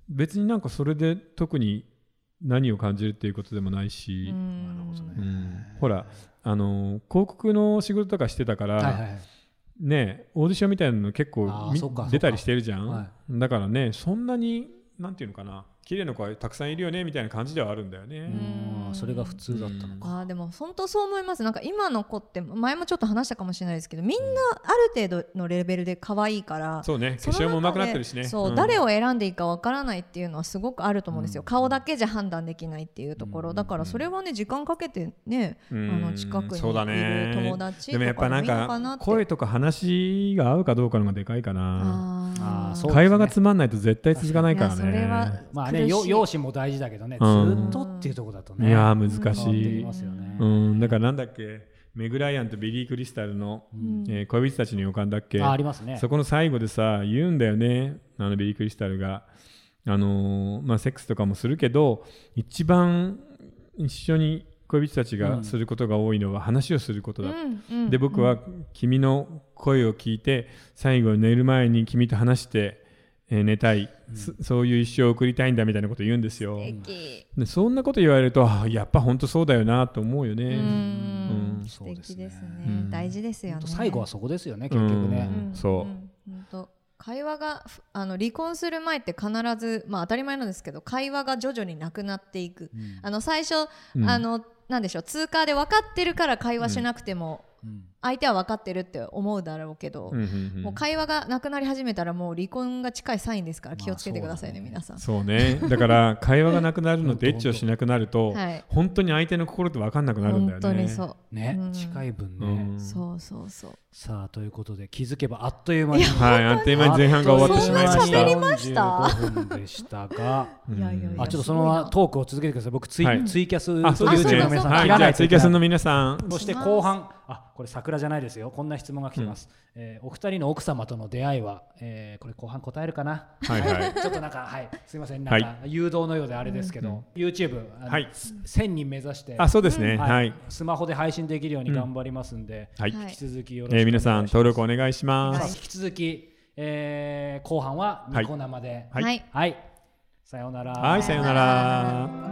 Speaker 1: 別になんかそれで特に何を感じるっていうことでもないし、
Speaker 2: うん
Speaker 3: なるほど
Speaker 1: う
Speaker 3: ね
Speaker 1: んほらあの広告の仕事とかしてたから、
Speaker 3: はいはいはい
Speaker 1: ねオーディションみたいなの結構
Speaker 3: あー
Speaker 1: み
Speaker 3: そっかそっか
Speaker 1: 出たりしてるじゃん、
Speaker 3: は
Speaker 1: だからねそんなになんていうのかな綺麗な子はたくさんいるよねみたいな感じではあるんだよ
Speaker 3: う
Speaker 1: ね、
Speaker 3: ん
Speaker 2: うん
Speaker 3: それが普通だったのか。
Speaker 2: あーでも本当そう思いますなんか今の子って前もちょっと話したかもしれないですけどみんなある程度のレベルで可愛いから
Speaker 1: そうね化
Speaker 2: その中
Speaker 1: 粧
Speaker 2: で
Speaker 1: もうまくなってるしね
Speaker 2: そう、
Speaker 1: ん
Speaker 2: 誰を選んでいいかわからないっていうのはすごくあると思うんですよ、
Speaker 3: うん
Speaker 2: 顔だけじゃ判断できないっていうところ、
Speaker 3: うん
Speaker 2: だからそれはね時間かけてね、
Speaker 1: うん
Speaker 2: あの近くにい
Speaker 1: そうだね
Speaker 2: る友達
Speaker 1: で
Speaker 2: と
Speaker 1: もやっぱな
Speaker 2: かでもい
Speaker 1: ん
Speaker 2: いのかな
Speaker 1: か
Speaker 2: って
Speaker 1: 声とか話が合うかどうかのがでかいかな
Speaker 2: あ
Speaker 3: あー
Speaker 2: ー
Speaker 3: そう
Speaker 1: 会話がつまんないと絶対続かないから
Speaker 2: いやそれは
Speaker 1: ね。
Speaker 3: まあね、
Speaker 2: 苦しい
Speaker 3: よ容姿も大事だけどね、ず
Speaker 1: うん
Speaker 3: ーっとっていうところだと
Speaker 1: い
Speaker 3: ね。
Speaker 1: やー難
Speaker 3: 変わって
Speaker 1: し
Speaker 3: き
Speaker 1: い
Speaker 3: ま。すよね。
Speaker 1: うん、だからなんだっけ、メグ・ライアンとビリー・クリスタルの、
Speaker 2: うん
Speaker 1: えー恋人たちの予感だっけ、
Speaker 3: あありますね。
Speaker 1: そこの最後でさ、言うんだよね、あのビリー・クリスタルが。あのーまあ、セックスとかもするけど、一番一緒に恋人たちがすることが多いのは話をすることだ。
Speaker 2: うんうん
Speaker 1: で、僕は君の声を聞いて、最後寝る前に君と話して、えー寝たい、そそういう一生を送りたいんだみたいなこと言うんですよ。
Speaker 2: 素敵
Speaker 1: でそんなこと言われるとあやっぱ本当そうだよなと思うよ
Speaker 2: う
Speaker 1: ね。
Speaker 2: ん
Speaker 3: うん
Speaker 2: 素敵です
Speaker 3: そう
Speaker 2: ね
Speaker 3: です
Speaker 1: ね
Speaker 2: 大事ですよ
Speaker 3: ほん
Speaker 2: ね
Speaker 3: と最後はそこですよね、結局ね。
Speaker 1: うんそう
Speaker 2: 本当会話がふあの離婚する前って必ずまあ当たり前なんですけど会話が徐々になくなっていく、
Speaker 3: うん
Speaker 2: あの最初、
Speaker 1: うん
Speaker 2: あのなんでしょう通過で分かってるから会話しなくても、
Speaker 3: うん
Speaker 2: 相手は分かってるって思うだろうけど、
Speaker 1: うんうんうん
Speaker 2: もう会話がなくなり始めたらもう離婚が近いサインですから気をつけてくださいね、
Speaker 3: まあ
Speaker 2: 皆さん。
Speaker 1: そうねだから会話がなくなるのとエッチをしなくなると、
Speaker 2: はい
Speaker 1: 本当に相手の心って分かんなくなるんだよ
Speaker 2: 本
Speaker 1: ね。
Speaker 2: 当にそう、
Speaker 3: ね
Speaker 2: う、ん
Speaker 3: 近い分
Speaker 1: う
Speaker 3: ね。
Speaker 1: ん
Speaker 2: そうそうそう
Speaker 3: さあ、ということで、気づけばあっという間に。
Speaker 1: はい、あっという間に前半が終わってしまいま
Speaker 2: そ
Speaker 1: し
Speaker 2: んな喋り
Speaker 1: た。
Speaker 2: ました
Speaker 3: 45分でしたが。
Speaker 1: うん
Speaker 2: いやいやいや
Speaker 3: あちょっとそのままトークを続けてください。僕ツイ,、
Speaker 1: はい
Speaker 3: ツイキャス
Speaker 1: あ、そうですね。
Speaker 2: あそうかそうか
Speaker 1: はい、じゃあツイキャスの皆さん。
Speaker 3: そして後半、あこれ桜じゃないですよ、こんな質問が来てます。えーお二人の奥様との出会いは、えーこれ後半答えるかな、
Speaker 1: はいはい。
Speaker 3: ちょっとなんか、はい、すみません、なんか誘導のようであれですけど、YouTube、あの
Speaker 1: はい
Speaker 3: 1000人目指して、
Speaker 1: あ、そうですね。
Speaker 3: はい
Speaker 1: はい。
Speaker 3: スマホで配信できるように頑張りますんで、
Speaker 1: はい。
Speaker 2: はい
Speaker 3: 引き続きよろしくお願
Speaker 1: え
Speaker 3: いします。
Speaker 1: ー皆さん登録お願いしま
Speaker 3: さあ
Speaker 1: す。
Speaker 3: 引き続き、えー後半はニコ生で、
Speaker 1: はい
Speaker 2: はい
Speaker 3: はい、さようなら。
Speaker 1: はい、さようなら。